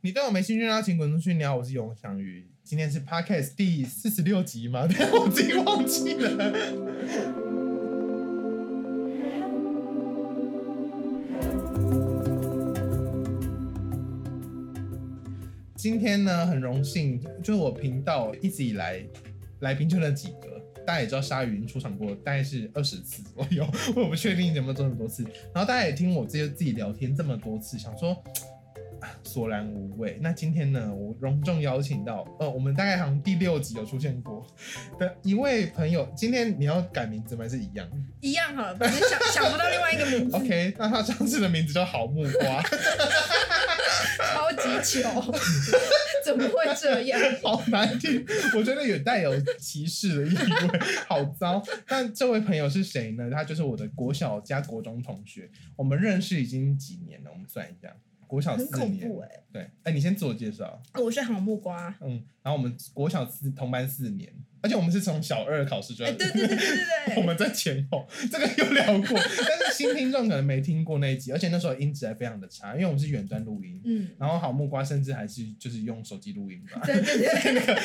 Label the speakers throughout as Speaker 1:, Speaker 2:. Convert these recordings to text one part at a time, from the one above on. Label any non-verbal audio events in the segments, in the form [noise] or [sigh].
Speaker 1: 你对我没兴趣，那请滚出去！你好，我是永祥宇，今天是 Podcast 第四十六集嘛？ [laughs] 对，我自己忘记了。今天呢，很荣幸，就是我频道一直以来来宾就那几个，大家也知道鲨鱼已经出场过大概是二十次左右， [laughs] 我也不确定有没有这么多次。然后大家也听我这些自己聊天这么多次，想说啊索然无味。那今天呢，我隆重邀请到，呃，我们大概好像第六集有出现过的一位朋友。今天你要改名字吗？还是一样
Speaker 2: 一样好了，反正想想不到另外一个名
Speaker 1: [laughs]
Speaker 2: 字，
Speaker 1: ？OK，那他上次的名字叫好木瓜， [laughs]
Speaker 2: 超级糗，怎么会这样？
Speaker 1: 好难听，我觉得有带有歧视的意味，好糟。但这位朋友是谁呢？他就是我的国小加国中同学，我们认识已经几年了？我们算一下，国小
Speaker 2: 很
Speaker 1: 四
Speaker 2: 恐
Speaker 1: 年。
Speaker 2: 怖哎、
Speaker 1: 对，哎、你先自我介绍。
Speaker 2: 我是好木瓜，
Speaker 1: 嗯，然后我们国小四同班四年，而且我们是从小二考试就
Speaker 2: 哎、
Speaker 1: 要，
Speaker 2: 对对对对对
Speaker 1: [laughs] 我
Speaker 2: 对，
Speaker 1: 们在前后，这个有聊过， [laughs] 但是新听众可能没听过那一集，而且那时候音质还非常的差，因为我们是远端录音，
Speaker 2: 嗯，
Speaker 1: 然后好木瓜甚至还是就是用手机录音吧， [laughs]
Speaker 2: 对对对，
Speaker 1: 那个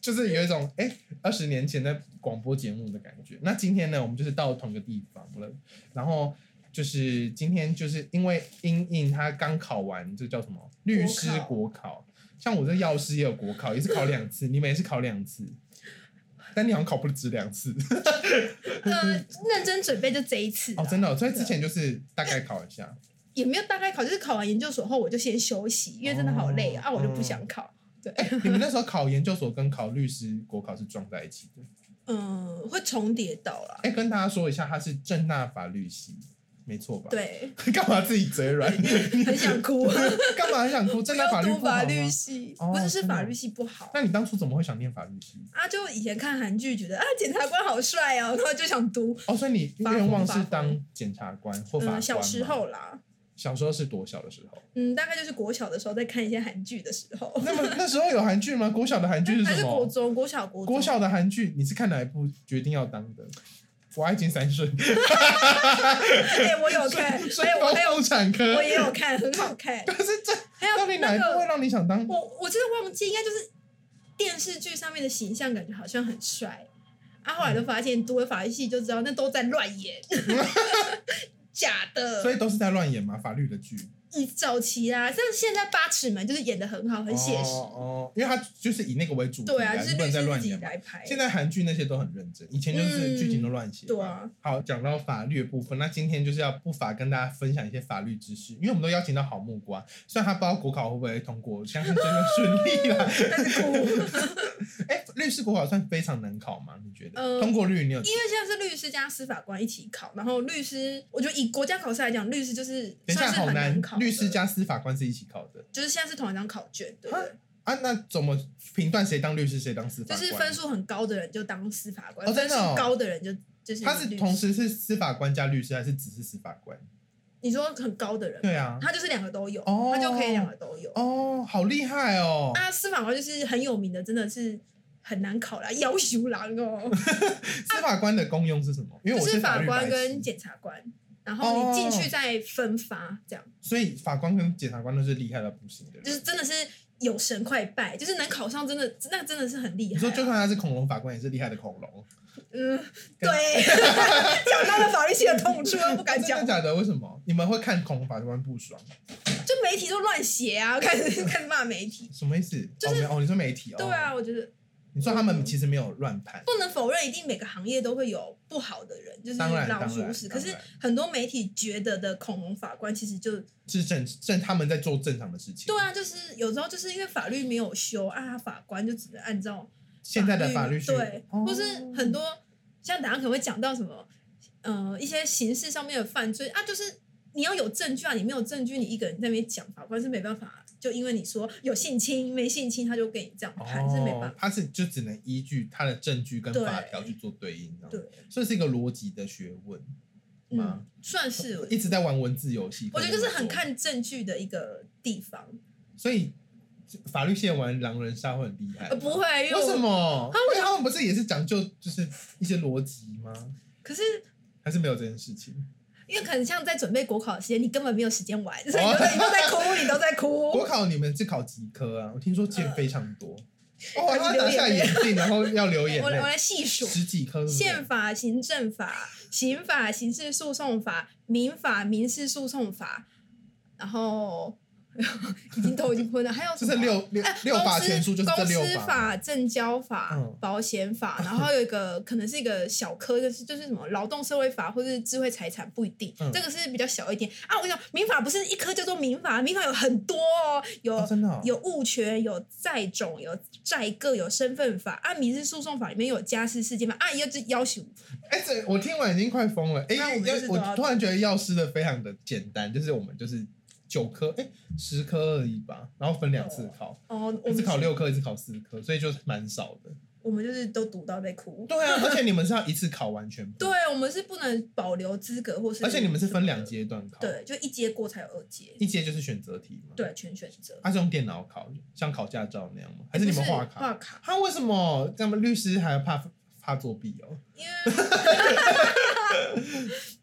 Speaker 1: 就是有一种哎二十年前的广播节目的感觉。那今天呢，我们就是到同一个地方了，然后就是今天就是因为英英她刚考完这叫什么律师
Speaker 2: 国考
Speaker 1: 国考，像我这药师也有国考，也是考两次，你们也是考两次。但你好像考不止两次
Speaker 2: 呃，认真准备就这一次啊、
Speaker 1: 哦，真的哦、所以之前就是大概考一下，
Speaker 2: 也没有大概考，就是考完研究所后我就先休息，因为真的好累啊，
Speaker 1: 哦
Speaker 2: 啊我就不想考，
Speaker 1: 你们那时候考研究所跟考律师国考是撞在一起的。
Speaker 2: 嗯、会重叠到啊啦，
Speaker 1: 哎、跟大家说一下，他是正大法律系，没错吧？，
Speaker 2: 对，
Speaker 1: [laughs] 干嘛自己嘴
Speaker 2: [laughs]
Speaker 1: 软？
Speaker 2: 很想哭，
Speaker 1: [laughs] 干嘛很想哭？正大法律
Speaker 2: 要
Speaker 1: 不
Speaker 2: 读
Speaker 1: 好吗
Speaker 2: 法律系，
Speaker 1: 哦
Speaker 2: 不是是
Speaker 1: 真的
Speaker 2: 法律系不好。
Speaker 1: 那你当初怎么会想念法律系？
Speaker 2: 啊，就以前看韩剧觉得啊，检察官好帅哦，然后就想读。
Speaker 1: 哦，所以你
Speaker 2: 法
Speaker 1: 愿望
Speaker 2: 法
Speaker 1: 是
Speaker 2: 官
Speaker 1: 当检察官或法官、
Speaker 2: 嗯，小时，候啦，
Speaker 1: 小时候是多小的时候？
Speaker 2: 嗯，大概就是国小的时候在看一些韩剧的时候，
Speaker 1: 那么那时候有韩剧吗？国小的韩剧
Speaker 2: 还
Speaker 1: 什
Speaker 2: 是国
Speaker 1: 么？
Speaker 2: 中、国小、国中
Speaker 1: 国小的韩剧，你是看哪一部决定要当的？我爱金三顺，
Speaker 2: 哎、我
Speaker 1: [laughs]
Speaker 2: 有看，
Speaker 1: 所
Speaker 2: 所
Speaker 1: 以
Speaker 2: 以我还有，
Speaker 1: 妇产科 [laughs]
Speaker 2: 我。也有看，很好看。
Speaker 1: 可是这
Speaker 2: 还
Speaker 1: 到
Speaker 2: 有
Speaker 1: 底哪
Speaker 2: 那
Speaker 1: 一部会
Speaker 2: 个，
Speaker 1: 让你想当？
Speaker 2: 我我真的忘记，应该就是电视剧上面的形象，感觉好像很帅。啊，后
Speaker 1: 嗯
Speaker 2: 来就发现读了法律系就知道那都在乱
Speaker 1: [laughs]
Speaker 2: 演，假的。
Speaker 1: 所以都是在乱演嘛，法律的剧，
Speaker 2: 以早期啊，像现在八尺门就是演的很好，很写实。
Speaker 1: 哦哦，因为他就是以那个为主题
Speaker 2: 对啊，
Speaker 1: 来
Speaker 2: 就是
Speaker 1: 不
Speaker 2: 律
Speaker 1: 能再
Speaker 2: 师自
Speaker 1: 乱
Speaker 2: 己
Speaker 1: 演嘛。
Speaker 2: 来拍。
Speaker 1: 现在韩剧那些都很认真，以前就是
Speaker 2: 嗯
Speaker 1: 剧情都乱写、
Speaker 2: 对啊，
Speaker 1: 好，讲到法律的部分，那今天就是要不乏跟大家分享一些法律知识，因为我们都邀请到好木瓜，虽然他不知道国考会不会通过，我相信这就顺利
Speaker 2: [laughs]
Speaker 1: 啦。
Speaker 2: 但是哭。
Speaker 1: 哎、律师国考算非常难考吗？你觉得？
Speaker 2: 呃
Speaker 1: 通过率你有？
Speaker 2: 因为现在是律师加司法官一起考，然后律师，我觉得以国家考试来讲，律师就是
Speaker 1: 等一
Speaker 2: 算
Speaker 1: 下，
Speaker 2: 是
Speaker 1: 好
Speaker 2: 很
Speaker 1: 难
Speaker 2: 考。。
Speaker 1: 律师，加司法官是一起考的
Speaker 2: 就是现在是同一张考卷，对不对？
Speaker 1: 啊？那怎么评断谁当律师，谁当司法
Speaker 2: 就
Speaker 1: 官？
Speaker 2: 是分。数很高的人就当司法官，
Speaker 1: 哦真的
Speaker 2: 分数
Speaker 1: 哦
Speaker 2: 高的人就就是
Speaker 1: 他是
Speaker 2: 律师
Speaker 1: 同时是司法官加律师，还是只是司法官？
Speaker 2: 你说很高的人，
Speaker 1: 对啊。
Speaker 2: 他就是两个都有，
Speaker 1: 哦
Speaker 2: 他就可以两个都有。
Speaker 1: 哦，好厉害哦！
Speaker 2: 啊，司法官就是很有名的，真的是很难考啦，要求狼哦，
Speaker 1: 司法官的功用是什么？因为
Speaker 2: 就
Speaker 1: 我
Speaker 2: 是
Speaker 1: 法
Speaker 2: 法
Speaker 1: 律
Speaker 2: 官
Speaker 1: 白痴
Speaker 2: 跟检察官，然后你进
Speaker 1: 哦
Speaker 2: 去再分发，这样
Speaker 1: 所以法官跟检察官都是厉害到不行的人。
Speaker 2: 就是真的是有神快拜，就是能考上，真的那真的是很厉害啊。
Speaker 1: 你说，就算他是恐龙法官，也是厉害的恐
Speaker 2: [laughs]
Speaker 1: 龙。
Speaker 2: 嗯，对， [laughs] 讲到了法律系的痛处，啊又不
Speaker 1: [laughs]
Speaker 2: 敢
Speaker 1: 真
Speaker 2: 讲
Speaker 1: 的，假的？为什么？你们会看恐龙法官不爽？
Speaker 2: 就媒体都乱写
Speaker 1: [laughs]
Speaker 2: 啊，开始开始骂媒体。
Speaker 1: 什么意思？
Speaker 2: 就是
Speaker 1: 哦没有哦，你说媒体哦？
Speaker 2: 对啊，。我觉得
Speaker 1: 你说他们其实没有乱判，
Speaker 2: 不能否认，一定每个行业都会有不好的人，就是
Speaker 1: 当然
Speaker 2: 老
Speaker 1: 当
Speaker 2: 鼠
Speaker 1: 然
Speaker 2: 屎。
Speaker 1: 当
Speaker 2: 可
Speaker 1: 然
Speaker 2: 是很多媒体觉得的恐龙法官，其实就是
Speaker 1: 正正他们在做正常的事情。
Speaker 2: 对啊，就是有时候就是因为法律没有修啊，法官就只能按照
Speaker 1: 现在的法律是
Speaker 2: 对，
Speaker 1: 哦
Speaker 2: 或是很多像等下可能会讲到什么，呃，一些刑事上面的犯罪啊，就是你要有证据啊，你没有证据，你一个人在那边讲，法官是没办法，就因为你说有性侵没性侵，他就给你这样判、是没办
Speaker 1: 哦
Speaker 2: 法，，
Speaker 1: 他是就只能依据他的证据跟
Speaker 2: 对
Speaker 1: 法条去做对应，这样
Speaker 2: 对，
Speaker 1: 所以是一个逻辑的学问吗
Speaker 2: 嗯？，算是我
Speaker 1: 一直在玩文字游戏，
Speaker 2: 我觉得就是很
Speaker 1: 看。
Speaker 2: 看证据的一个地方，
Speaker 1: 所以法律线玩狼人杀会很厉害吗、
Speaker 2: 呃，不会，
Speaker 1: 哎
Speaker 2: 因
Speaker 1: 为
Speaker 2: 为
Speaker 1: 什
Speaker 2: 我
Speaker 1: 么？因为他们不是也是讲究就是一些逻辑吗？
Speaker 2: 可是
Speaker 1: 还是没有这件事情？
Speaker 2: 因为可能像在准备国考的时间，你根本没有时间玩，所
Speaker 1: 哦
Speaker 2: 以你都在你都在哭，你都在
Speaker 1: [laughs] 国
Speaker 2: 哭。
Speaker 1: 考你们是考几科啊？我听说见非常多，哦，
Speaker 2: 还
Speaker 1: 还
Speaker 2: 是
Speaker 1: 要拿下眼镜，然后要流眼
Speaker 2: 呃 [laughs] 我来我
Speaker 1: 泪，
Speaker 2: 来细数：
Speaker 1: 十几科对不对
Speaker 2: 宪法、行政法、刑法、刑事诉讼法、民法、民事诉讼法，然后 [laughs] 已经头已经
Speaker 1: [laughs]
Speaker 2: 昏了，还有什
Speaker 1: 就
Speaker 2: 么
Speaker 1: 是六六
Speaker 2: 哎
Speaker 1: 六法全书，就是这
Speaker 2: 公
Speaker 1: 六
Speaker 2: 司
Speaker 1: 法。
Speaker 2: 法、证交法、
Speaker 1: 嗯
Speaker 2: 保险
Speaker 1: [laughs]
Speaker 2: 法，然后有一个可能是一个小科，就是就是什么劳动社会法或是智慧财产，不一定，
Speaker 1: 嗯
Speaker 2: 这个是比较小一点啊。我跟你讲，民法不是一科叫做民法，民法有很多哦，有、
Speaker 1: 哦真的哦
Speaker 2: 有物权、有债种、有债个、有身份法啊，民事诉讼法里面有家事事件法啊，要这要求
Speaker 1: 哎，这我听完已经快疯了。哎
Speaker 2: 那我，们就是
Speaker 1: 要
Speaker 2: 都要
Speaker 1: 我突然觉得药师的非常的简单，就是我们就是九科，哎，十科而已吧，然后分两次考，
Speaker 2: 哦，我
Speaker 1: 一次
Speaker 2: 们
Speaker 1: 考六科，一次考四科，所以就是蛮少的。
Speaker 2: 我们就是都读到被哭，
Speaker 1: 对
Speaker 2: [laughs]
Speaker 1: 啊，而且你们是要一次考完全部，
Speaker 2: 对，我们是不能保留资格或是，
Speaker 1: 而且你们是分两，阶段考，，
Speaker 2: 对，就一阶过才有二阶，
Speaker 1: 一阶就是选择题嘛，，啊
Speaker 2: 对，全选择。
Speaker 1: 它是用电脑考，像考驾照那样吗？还是你们画
Speaker 2: 不是画
Speaker 1: 卡？啊
Speaker 2: 卡，
Speaker 1: 他为什么这么律师还怕怕作弊哦？
Speaker 2: 因
Speaker 1: [laughs]
Speaker 2: 为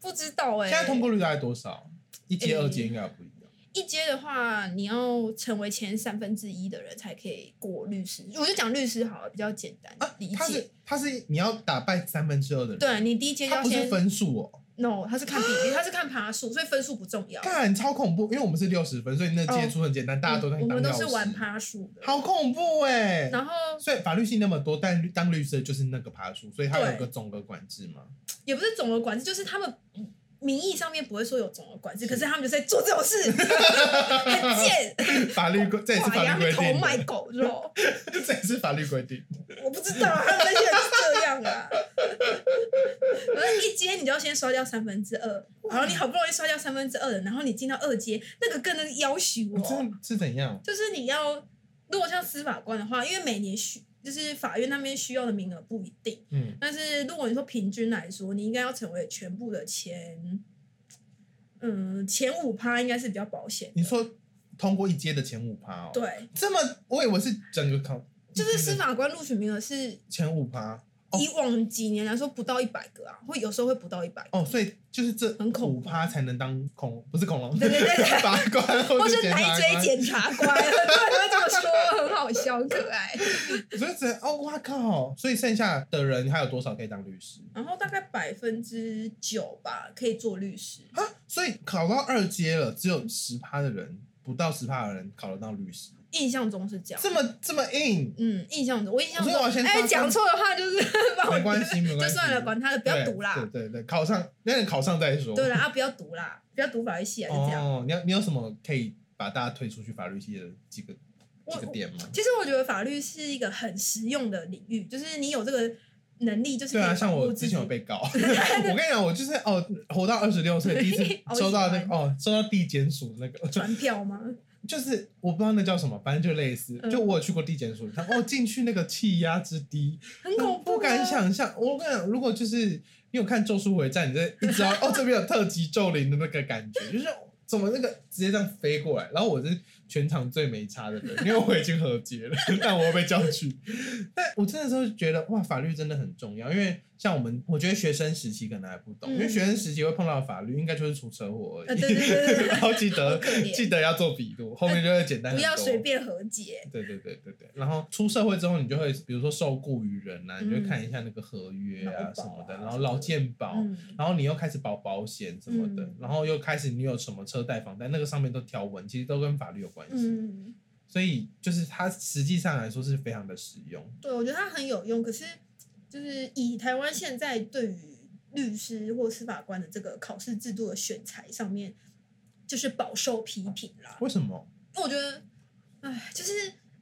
Speaker 2: 不知道哎、
Speaker 1: 现在通过率大概多少？一阶、
Speaker 2: 哎
Speaker 1: 二阶应该不一样。
Speaker 2: 一阶的话，你要成为前三分之一的人才可以过律师。我就讲律师好了，比较简单、
Speaker 1: 啊
Speaker 2: 理
Speaker 1: 他
Speaker 2: 解
Speaker 1: 是。他是你要打败三分之二的人，
Speaker 2: 对你第一阶
Speaker 1: 他
Speaker 2: 要
Speaker 1: 不是
Speaker 2: 先
Speaker 1: 分数哦，
Speaker 2: no，他是看比例，他是看爬数，所以分数不重要。
Speaker 1: 干超恐怖，因为我们是六十分，所以那接触很简单，大家都在
Speaker 2: 哦我
Speaker 1: 当
Speaker 2: 们都
Speaker 1: 药
Speaker 2: 是
Speaker 1: 师
Speaker 2: 玩爬数的，
Speaker 1: 好恐怖哎、
Speaker 2: 然后
Speaker 1: 所以法律系那么多，但律当律师的就是那个爬树，所以他
Speaker 2: 对
Speaker 1: 有个总额管制嘛。
Speaker 2: 也不是总额管制，就是他们名义上面不会说有总额管制，可是他们就在做这
Speaker 1: [laughs]
Speaker 2: 种事，很贱，
Speaker 1: 法律规这也是
Speaker 2: 哇，
Speaker 1: 法
Speaker 2: 羊
Speaker 1: 律规
Speaker 2: 头
Speaker 1: 定
Speaker 2: 卖
Speaker 1: 的，
Speaker 2: 狗肉。
Speaker 1: [laughs] 这也是法律规定。
Speaker 2: 我不知道啊，他们那些人是这样啊。然后一阶你就要先刷掉三分之二，然后你好不容易刷掉三分之二了，然后你进到二阶，那个更能要求
Speaker 1: 这
Speaker 2: 哦，
Speaker 1: 是怎样？
Speaker 2: 就是你要如果像司法官的话，因为每年需就是法院那边需要的名额不一定，
Speaker 1: 嗯，
Speaker 2: 但是如果你说平均来说，你应该要成为全部的前，嗯，前五趴应该是比较保险的。
Speaker 1: 你说通过一阶的前五趴哦，，
Speaker 2: 对，
Speaker 1: 这么我以为是整个考，
Speaker 2: 就是司法官录取名额是
Speaker 1: 前五趴哦
Speaker 2: 以往几年来说不到一百个啊，会有时候会不到一百个。
Speaker 1: 哦，所以就是这
Speaker 2: 很恐怖
Speaker 1: 五趴才能当恐，不是恐龙，
Speaker 2: 对对对 [laughs] 对
Speaker 1: [laughs] 法官
Speaker 2: 或
Speaker 1: 或
Speaker 2: 是
Speaker 1: 检
Speaker 2: 来
Speaker 1: 察
Speaker 2: 追
Speaker 1: 官。
Speaker 2: 检察官，很多人会这么说，很好笑，很可 [laughs] 爱。
Speaker 1: 所以只能哦，哇靠！所以剩下的人还有多少可以当律师？
Speaker 2: 然后大概百分之九吧，可以做律师。
Speaker 1: 啊，所以考到二阶了，只有十趴的人，不到十趴的人考得到律师，
Speaker 2: 印象中是这样。
Speaker 1: 这么这么硬，
Speaker 2: 嗯，印象中，我印象
Speaker 1: 所以我要
Speaker 2: 中，
Speaker 1: 先
Speaker 2: 哎，
Speaker 1: 发
Speaker 2: 讲
Speaker 1: 声
Speaker 2: 错的话就是
Speaker 1: [laughs]
Speaker 2: 把我
Speaker 1: 没关系，没
Speaker 2: 就
Speaker 1: 关系，
Speaker 2: 算了，管他的，不要读啦。
Speaker 1: 对对对，考上，那你考上再说。
Speaker 2: 对啦，啊，不要读啦，不要读法律系啊，就这样。
Speaker 1: 哦，你要你有什么可以把大家推出去法律系的几个
Speaker 2: 我
Speaker 1: 几个点吗？
Speaker 2: 其实我觉得法律是一个很实用的领域，就是你有这个能力，就是
Speaker 1: 对
Speaker 2: 可
Speaker 1: 啊，
Speaker 2: 以
Speaker 1: 像
Speaker 2: 保护
Speaker 1: 我之
Speaker 2: 自己
Speaker 1: 前有被
Speaker 2: [laughs]
Speaker 1: 告，我跟你讲，我就是哦，活到二十六岁，第
Speaker 2: [laughs]
Speaker 1: 一
Speaker 2: 哦
Speaker 1: 次收到那
Speaker 2: 喜
Speaker 1: 个哦，收到地检署那个，
Speaker 2: 传票吗？
Speaker 1: 就是我不知道那叫什么，反正就类似，
Speaker 2: 嗯
Speaker 1: 就我有去过地检署，他哦进去那个气压之低，
Speaker 2: 很恐怖，啊
Speaker 1: 不敢。想象。我跟你讲，如果就是你有看《咒术回战》，你就一知道
Speaker 2: [laughs]
Speaker 1: 哦，这边有特级咒灵的那个感觉，就是怎么那个直接这样飞过来。然后我是全场最没差的人，因为我已经和解了， [laughs] 但我又被叫去。但我真的时候觉得哇，法律真的很重要，因为像我们，我觉得学生时期可能还不懂，
Speaker 2: 嗯
Speaker 1: 因为学生时期会碰到的法律，应该就是出车祸而
Speaker 2: 啊
Speaker 1: 已。
Speaker 2: 对对对对对
Speaker 1: [laughs] 然后记
Speaker 2: 好
Speaker 1: 得
Speaker 2: 可怜呃
Speaker 1: 记得要做笔录，后面就会简单
Speaker 2: 不
Speaker 1: 很多。
Speaker 2: 要随便和解，
Speaker 1: 对对对对对，然后出社会之后，你就会比如说受雇于人呐、啊，
Speaker 2: 嗯
Speaker 1: 你就会看一下那个合约
Speaker 2: 劳保
Speaker 1: 啊
Speaker 2: 啊
Speaker 1: 什么的，
Speaker 2: 什么的
Speaker 1: 然后劳健保，
Speaker 2: 嗯，
Speaker 1: 然后你又开始保保险什么的，
Speaker 2: 嗯
Speaker 1: 然后又开始你有什么车贷、房贷，那个上面都条文，其实都跟法律有关系，
Speaker 2: 嗯。
Speaker 1: 所以就是它实际上来说是非常的实用。
Speaker 2: 对，我觉得它很有用。可是，就是以台湾现在对于律师或司法官的这个考试制度的选材上面，就是饱受批评啦。
Speaker 1: 为什么？
Speaker 2: 因为我觉得，哎，就是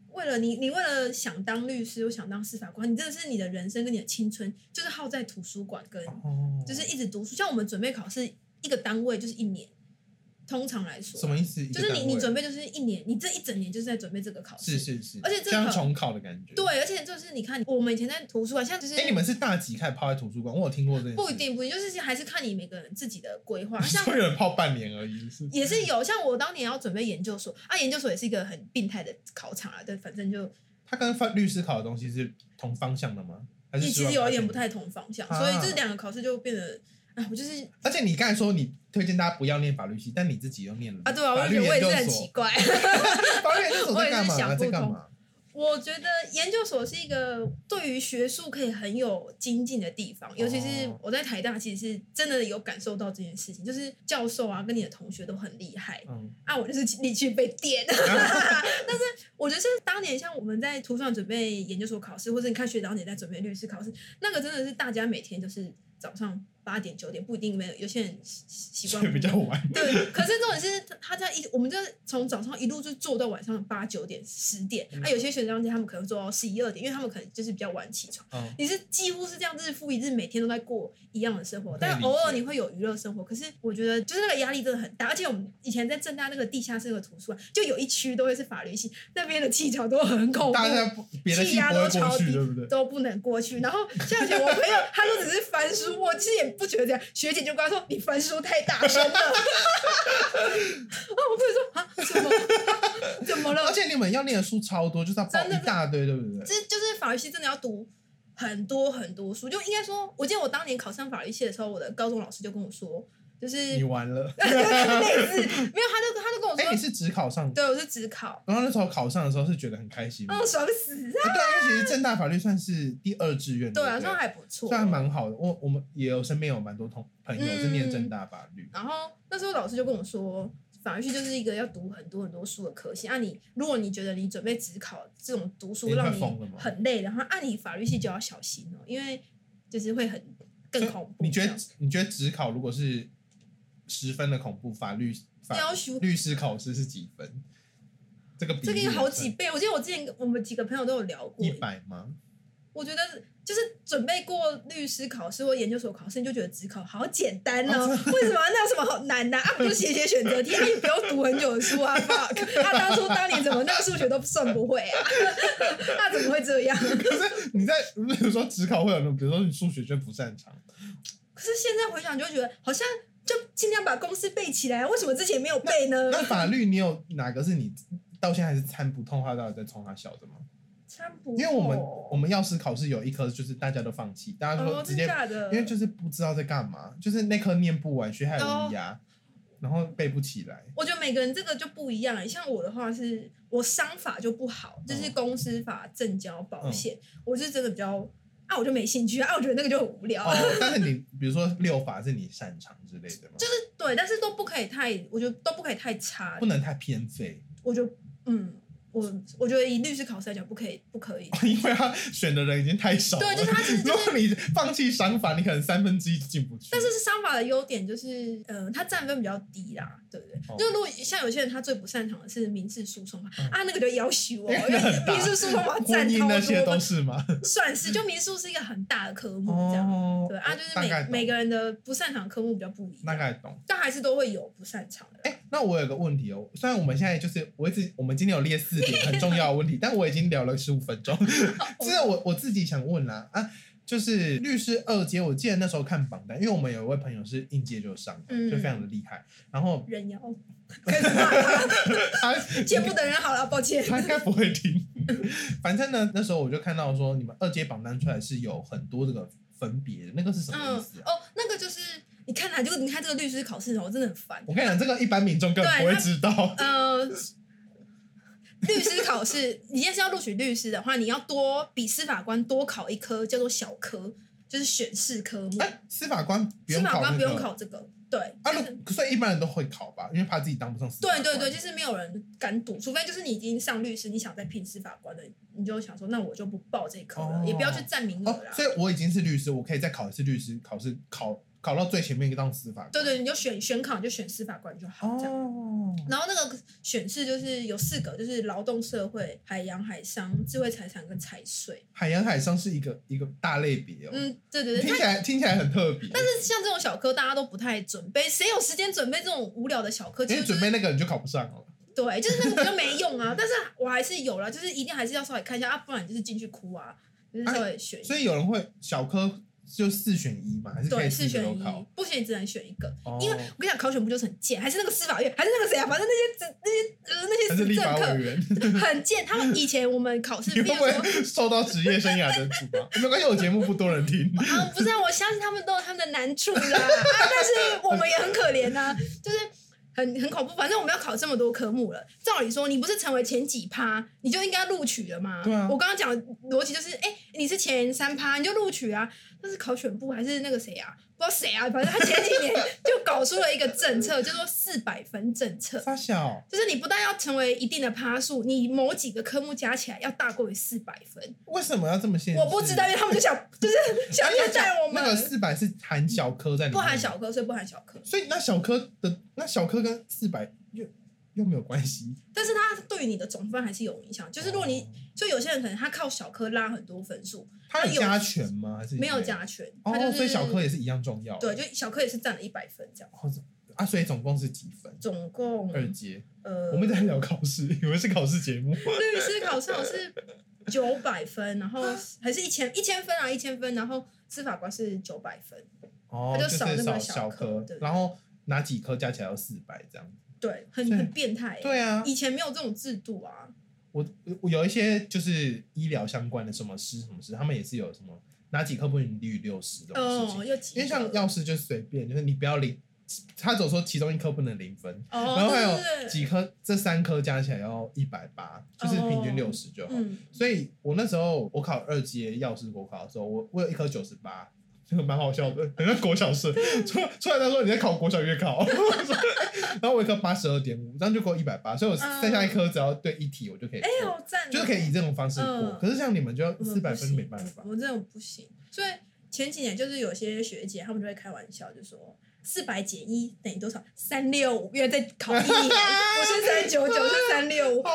Speaker 2: 为了你，你为了想当律师又想当司法官，你真的是你的人生跟你的青春，就是耗在图书馆跟
Speaker 1: 哦，
Speaker 2: 就是一直读书。像我们准备考试，一个单位就是一年，通常来说
Speaker 1: 什，么意思？
Speaker 2: 就是
Speaker 1: 一个
Speaker 2: 你
Speaker 1: 单
Speaker 2: 你
Speaker 1: 位啊
Speaker 2: 准备就是一年，你这一整年就是在准备这个考试。
Speaker 1: 是是是，
Speaker 2: 而且这个
Speaker 1: 像重考的感觉。
Speaker 2: 对，，而且就是你看，我们以前在图书馆，现在就是
Speaker 1: 哎，你们是大几开始泡在图书馆？我有听过这件事，
Speaker 2: 不一，定，不一定，就是还是看你每个人自己的
Speaker 1: [laughs]
Speaker 2: 规划。像
Speaker 1: 所有人泡半年而已，是
Speaker 2: 也是有，像我当年要准备研究所啊，研究所也是一个很病态的考场啊。对，反正就
Speaker 1: 它跟法律师考的东西是同方向的吗？还是
Speaker 2: 也其
Speaker 1: 十
Speaker 2: 实
Speaker 1: 万
Speaker 2: 有
Speaker 1: 八
Speaker 2: 一点
Speaker 1: 千
Speaker 2: 不太同方向，
Speaker 1: 啊
Speaker 2: 所以这两个考试就变得啊，我就是
Speaker 1: 而且你刚才说你推荐大家不要念法律系，但你自己又念了
Speaker 2: 啊，对啊，我
Speaker 1: 法
Speaker 2: 就觉
Speaker 1: 律
Speaker 2: 得我
Speaker 1: 研
Speaker 2: 也
Speaker 1: 究
Speaker 2: 是很奇
Speaker 1: 所，
Speaker 2: 怪。 [laughs]
Speaker 1: [laughs] 法律研究所在干
Speaker 2: 我也是想
Speaker 1: 嘛？
Speaker 2: 不
Speaker 1: 在干
Speaker 2: 通
Speaker 1: 嘛？
Speaker 2: 我觉得研究所是一个对于学术可以很有精进的地方，尤其是
Speaker 1: 哦
Speaker 2: 我在台大，其实是真的有感受到这件事情，就是教授啊跟你的同学都很厉害
Speaker 1: 嗯，啊
Speaker 2: 啊，我就是力去被电。 [laughs] 但是我觉得是当年像我们在图书馆准备研究所考试，或者你看学长姐在准备律师考试，那个真的是大家每天就是早上八点九点不一定没有，有些人习习惯
Speaker 1: 睡比较晚。
Speaker 2: [laughs] 对，可是重点是他他在一，我们就是从早上一路就做到晚上八九点、十点。
Speaker 1: 嗯
Speaker 2: 啊，有些学长姐他们可能做到十一二点，因为他们可能就是比较晚起床。
Speaker 1: 嗯，
Speaker 2: 你是几乎是这样日复一日，每天都在过一样的生活，
Speaker 1: 可以
Speaker 2: 但
Speaker 1: 理
Speaker 2: 偶尔
Speaker 1: 解
Speaker 2: 你会有娱乐生活。可是我觉得就是那个压力真的很大，而且我们以前在正大那个地下室的图书馆，就有一区都会是法律系，那边的技巧都很恐怖。
Speaker 1: 大家不别的
Speaker 2: 哦气
Speaker 1: 系
Speaker 2: 压
Speaker 1: 不
Speaker 2: 都
Speaker 1: 会
Speaker 2: 超
Speaker 1: 过去，
Speaker 2: 低
Speaker 1: 对不对？
Speaker 2: 都不能过去。然后像以前我朋友，他就只是翻书，我其实也不觉得这样。学姐就跟他说：“你翻书太大声了。” [laughs] 哦，我朋友说：“啊，怎么怎么
Speaker 1: 而
Speaker 2: [laughs] 了
Speaker 1: 且你们要念的书超多，就是要报
Speaker 2: 真的
Speaker 1: 一大堆，对不？”对？
Speaker 2: 这就是法律系真的要读很多很多书，就应该说，我记得我当年考上法律系的时候，我的高中老师就跟我说，就是
Speaker 1: 你完了。
Speaker 2: [laughs] 类似没有，他就他就跟我
Speaker 1: 哎、你
Speaker 2: 说，
Speaker 1: 是只考上，
Speaker 2: 对，我是只考，
Speaker 1: 然后那时候考上的时候是觉得很开心吗。
Speaker 2: 嗯，爽死啊！
Speaker 1: 哎对啊，因为其实正大法律算是第二志愿，
Speaker 2: 对嗯
Speaker 1: 不
Speaker 2: 啊，算还不错，
Speaker 1: 算还蛮好的。我我们也有身边有蛮多同朋友是念正大法律，
Speaker 2: 然后那时候老师就跟我说，法律系就是一个要读很多很多书的科系。啊你，如果你觉得你准备只考这种读书
Speaker 1: 你快
Speaker 2: 让你
Speaker 1: 疯了吗
Speaker 2: 很累，然后按、啊、你法律系就要小心哦，因为就是会很更恐怖。
Speaker 1: 你觉
Speaker 2: 这
Speaker 1: 得
Speaker 2: 样
Speaker 1: 你觉得只考如果是十分的恐怖，法律法
Speaker 2: 要求
Speaker 1: 律师考试是几分？这个比
Speaker 2: 这个
Speaker 1: 例
Speaker 2: 有好几倍？我记得我之前我们几个朋友都有聊过
Speaker 1: 一，百吗？ [laughs]
Speaker 2: 我觉得就是准备过律师考试或研究所考试，你就觉得只考好简单哦，为什么那有什么好难的啊？啊不就写写选择题，啊也不用读很久的书啊，fuck！啊当初当年怎么那个数学都算不会啊？ [laughs] 那怎么会这样？ [laughs]
Speaker 1: 可是你在比如说只考会有那种，比如说你数学就不擅长，
Speaker 2: 可是现在回想就会觉得好像。就尽量把公式背起来，为什么之前没有背呢？
Speaker 1: 那法律你有哪个是你到现在还是参不透，他到底在冲他笑的吗？
Speaker 2: 参不透，
Speaker 1: 因为我们我们药师考试有一科就是大家都放弃，大家
Speaker 2: 哦，
Speaker 1: 说直
Speaker 2: 真
Speaker 1: 接，
Speaker 2: 假的，
Speaker 1: 因为就是不知道在干嘛，就是那科念不完，学海
Speaker 2: 哦
Speaker 1: 无涯，然后背不起来。
Speaker 2: 我觉得每个人这个就不一样、欸。像我的话是，我商法就不好，
Speaker 1: 嗯
Speaker 2: 就是公司法、证交、保险，我是真的比较啊，我就没兴趣啊，我觉得那个就很无聊。
Speaker 1: 哦，但是你比如说六法是你擅长之类的吗？就是
Speaker 2: 对，但是都不可以太，我觉得都不可以太差
Speaker 1: 不。能太偏废， [laughs]
Speaker 2: 我就嗯，我我觉得以律师考试来讲，不可以，不可
Speaker 1: [laughs]
Speaker 2: 以。
Speaker 1: 因为他选的人已经太少了。
Speaker 2: 对，就是他其实就
Speaker 1: 如
Speaker 2: 是。 [laughs]
Speaker 1: 果你放弃商法，你可能三分之一就进不去。
Speaker 2: 但是是商法的优点就是，嗯，它占分比较低啦，对不对？
Speaker 1: 哦
Speaker 2: 就如果像有些人他最不擅长的是民事诉讼法、
Speaker 1: 嗯
Speaker 2: 啊，那个就
Speaker 1: [laughs]
Speaker 2: 要求我，
Speaker 1: 因为
Speaker 2: 因为
Speaker 1: 很大
Speaker 2: 民事诉讼法
Speaker 1: 婚
Speaker 2: 占
Speaker 1: 姻
Speaker 2: 超
Speaker 1: 那些
Speaker 2: 多
Speaker 1: 都，是吗？
Speaker 2: 算是就民事是一个很大的科目 [laughs] 这样。
Speaker 1: 哦
Speaker 2: 对啊，就是
Speaker 1: 大概
Speaker 2: 每
Speaker 1: 懂
Speaker 2: 每个人的不擅长科目比较不一
Speaker 1: 大
Speaker 2: 样，
Speaker 1: 概懂。
Speaker 2: 但还是都会有不擅长的啦。
Speaker 1: 哎、那我有个问题哦，虽然我们现在就是我一直我们今天有列四点很重要的问题，但我已经聊了十五分钟，哎这个我我自己想问啦啊，就是律师二阶，我记得那时候看榜单，因为我们有一位朋友是应届就上，
Speaker 2: 嗯
Speaker 1: 就非常的厉害，然后
Speaker 2: [laughs] 人妖，开始骂他， [laughs]
Speaker 1: 他
Speaker 2: 啊
Speaker 1: [laughs]
Speaker 2: 见不得人好了，抱歉。
Speaker 1: 他应该不会听，反正呢那时候我就看到说你们二阶榜单出来是有很多这个分别的，那个是什
Speaker 2: 嗯
Speaker 1: 么意思啊？
Speaker 2: 哦，那个就是你看来就你看这个律师考试哦，我真的很烦。
Speaker 1: 我跟你讲，这个一般民众根本不
Speaker 2: 对
Speaker 1: 会
Speaker 2: 他
Speaker 1: 知道，
Speaker 2: 呃，律师考试，你要是要录取律师的话，你要多比司法官多考一科，叫做小科，就是选试科目
Speaker 1: 哎、。司法官不
Speaker 2: 司
Speaker 1: 用
Speaker 2: 法
Speaker 1: 考、那个，
Speaker 2: 官不用考这个，对。
Speaker 1: 啊，
Speaker 2: 就是
Speaker 1: 那所以一般人都会考吧，因为怕自己当不上司法官。
Speaker 2: 对对对，就是没有人敢赌，除非就是你已经上律师，你想再聘司法官的，你就想说，那我就不报这一科了，
Speaker 1: 哦
Speaker 2: 也不要去占名额
Speaker 1: 哦
Speaker 2: 啦。，
Speaker 1: 所以我已经是律师，我可以再考一次律师考试，考考到最前面当司法官。
Speaker 2: 对对，你就选选考，你就选司法官就好，这样。
Speaker 1: 哦，
Speaker 2: 然后那个选是就是有四个，就是劳动、社会、海洋、海商、智慧财产跟财税。
Speaker 1: 海洋海商是一个一个大类别哦，
Speaker 2: 嗯，对对对，
Speaker 1: 听
Speaker 2: 但
Speaker 1: 起来听起来很特别。但
Speaker 2: 是像这种小科，大家都不太准备，谁有时间准备这种无聊的小科？其
Speaker 1: 因为
Speaker 2: 实就
Speaker 1: 准
Speaker 2: 是
Speaker 1: 备那个你就考不上了。
Speaker 2: 对，就是那个比较没用啊。但是我还是有
Speaker 1: 啊
Speaker 2: 啦，就是一定还是要稍微看一下啊，不然你就是进去哭啊，就是稍微选一下。
Speaker 1: 所以有人会小科就四选一嘛，还是可以
Speaker 2: 对，四
Speaker 1: 个
Speaker 2: 选
Speaker 1: 都
Speaker 2: 一
Speaker 1: 考？，
Speaker 2: 不行，你只能选一个。
Speaker 1: 哦
Speaker 2: 因为我跟你讲，考选部就是很贱，还是那个司法院，还是那个谁啊，反正那些那些呃那些
Speaker 1: 还是立
Speaker 2: 政
Speaker 1: 法
Speaker 2: 客
Speaker 1: 委员，
Speaker 2: 很贱。他们以前我们
Speaker 1: [laughs]
Speaker 2: 考试，
Speaker 1: 你
Speaker 2: 毕
Speaker 1: 会
Speaker 2: 业
Speaker 1: 不
Speaker 2: 的时候
Speaker 1: 会受到职业生涯的阻挠？没关系，我节目不多人听。
Speaker 2: 啊，不是啊，我相信他们都有他们的难处啦，啊，但是我们也很可怜呐、就是很很恐怖。反正我们要考这么多科目了，照理说你不是成为前几趴，你就应该录取了嘛。
Speaker 1: 对啊
Speaker 2: 我刚刚讲的逻辑就是，哎、你是前三趴，你就录取啊。但是考选部还是那个谁啊，不知道谁啊，反正他前几年就搞出了一个
Speaker 1: [laughs]
Speaker 2: 政策，叫做四百分政策。
Speaker 1: 发小，
Speaker 2: 就是你不但要成为一定的趴数，你某几个科目加起来要大过于四百分。
Speaker 1: 为什么要这么限制？
Speaker 2: 我不知道，因为他们就想就是想
Speaker 1: 哎
Speaker 2: 虐待我们。
Speaker 1: 那个四百是含小科在里面，
Speaker 2: 不含，小科，所以不含小科。
Speaker 1: 所以那小科的那小科跟四百又又没有关系。
Speaker 2: 但是它对于你的总分还是有影响。就是如果
Speaker 1: 哦
Speaker 2: 你，就有些人可能他靠小科拉很多分数，
Speaker 1: 他有
Speaker 2: 有
Speaker 1: 加权吗？还是
Speaker 2: 没有？加权，他就
Speaker 1: 哦，
Speaker 2: 是
Speaker 1: 所以小科也是一样重要。
Speaker 2: 对，就小科也是占了一百分这样。
Speaker 1: 哦啊，所以总共是几分？
Speaker 2: 总共
Speaker 1: 二阶。
Speaker 2: 呃，
Speaker 1: 我们一直在聊考试，以为是考试节
Speaker 2: [laughs]
Speaker 1: 目。
Speaker 2: 律师考试好像是九百分，
Speaker 1: [laughs]
Speaker 2: 然后还是一千一千分啊，一千分，然后司法官是九百分，
Speaker 1: 哦，
Speaker 2: 他
Speaker 1: 就
Speaker 2: 就少
Speaker 1: 是
Speaker 2: 那
Speaker 1: 少
Speaker 2: 个
Speaker 1: 小
Speaker 2: 小
Speaker 1: 科
Speaker 2: 科对，
Speaker 1: 然后哪几科加起来要四百这样。
Speaker 2: 对，很
Speaker 1: 对
Speaker 2: 很变态欸、
Speaker 1: 对啊，
Speaker 2: 以前没有这种制度啊，
Speaker 1: 我我有一些就是医疗相关的什么师什么师，他们也是有什么哪几科不能低于六十这种事情。
Speaker 2: 哦，又几
Speaker 1: 因为像
Speaker 2: 个
Speaker 1: 药师就是随便，就是你不要零，他总说其中一科不能零分，
Speaker 2: 哦，
Speaker 1: 然后还
Speaker 2: 对对
Speaker 1: 有
Speaker 2: 对
Speaker 1: 几科，这三科加起来要一百八，就是平均
Speaker 2: 哦
Speaker 1: 六十就好。
Speaker 2: 嗯，
Speaker 1: 所以我那时候我考二阶药师国考的时候，我我有一科九十八，这个蛮好笑的，很像国小生。出出来他说你在考国小月考，我 [laughs] 说哎然后我有一科八十二点五，这样就过一百八，所以我
Speaker 2: 嗯
Speaker 1: 剩下一科只要对一题我就可以
Speaker 2: 哎、
Speaker 1: 过，
Speaker 2: 好赞哦、
Speaker 1: 就是可以以这种方式过
Speaker 2: 嗯。
Speaker 1: 可是像你们就要
Speaker 2: 我们
Speaker 1: 四百
Speaker 2: 不
Speaker 1: 分
Speaker 2: 行嗯
Speaker 1: 没办法
Speaker 2: 我，我这种不行。所以前几年就是有些学姐，她们就会开玩笑，就说四百减一等于多少？三六五，因为再考一
Speaker 1: [laughs]
Speaker 2: 年，不是三九九，是三六五，
Speaker 1: 好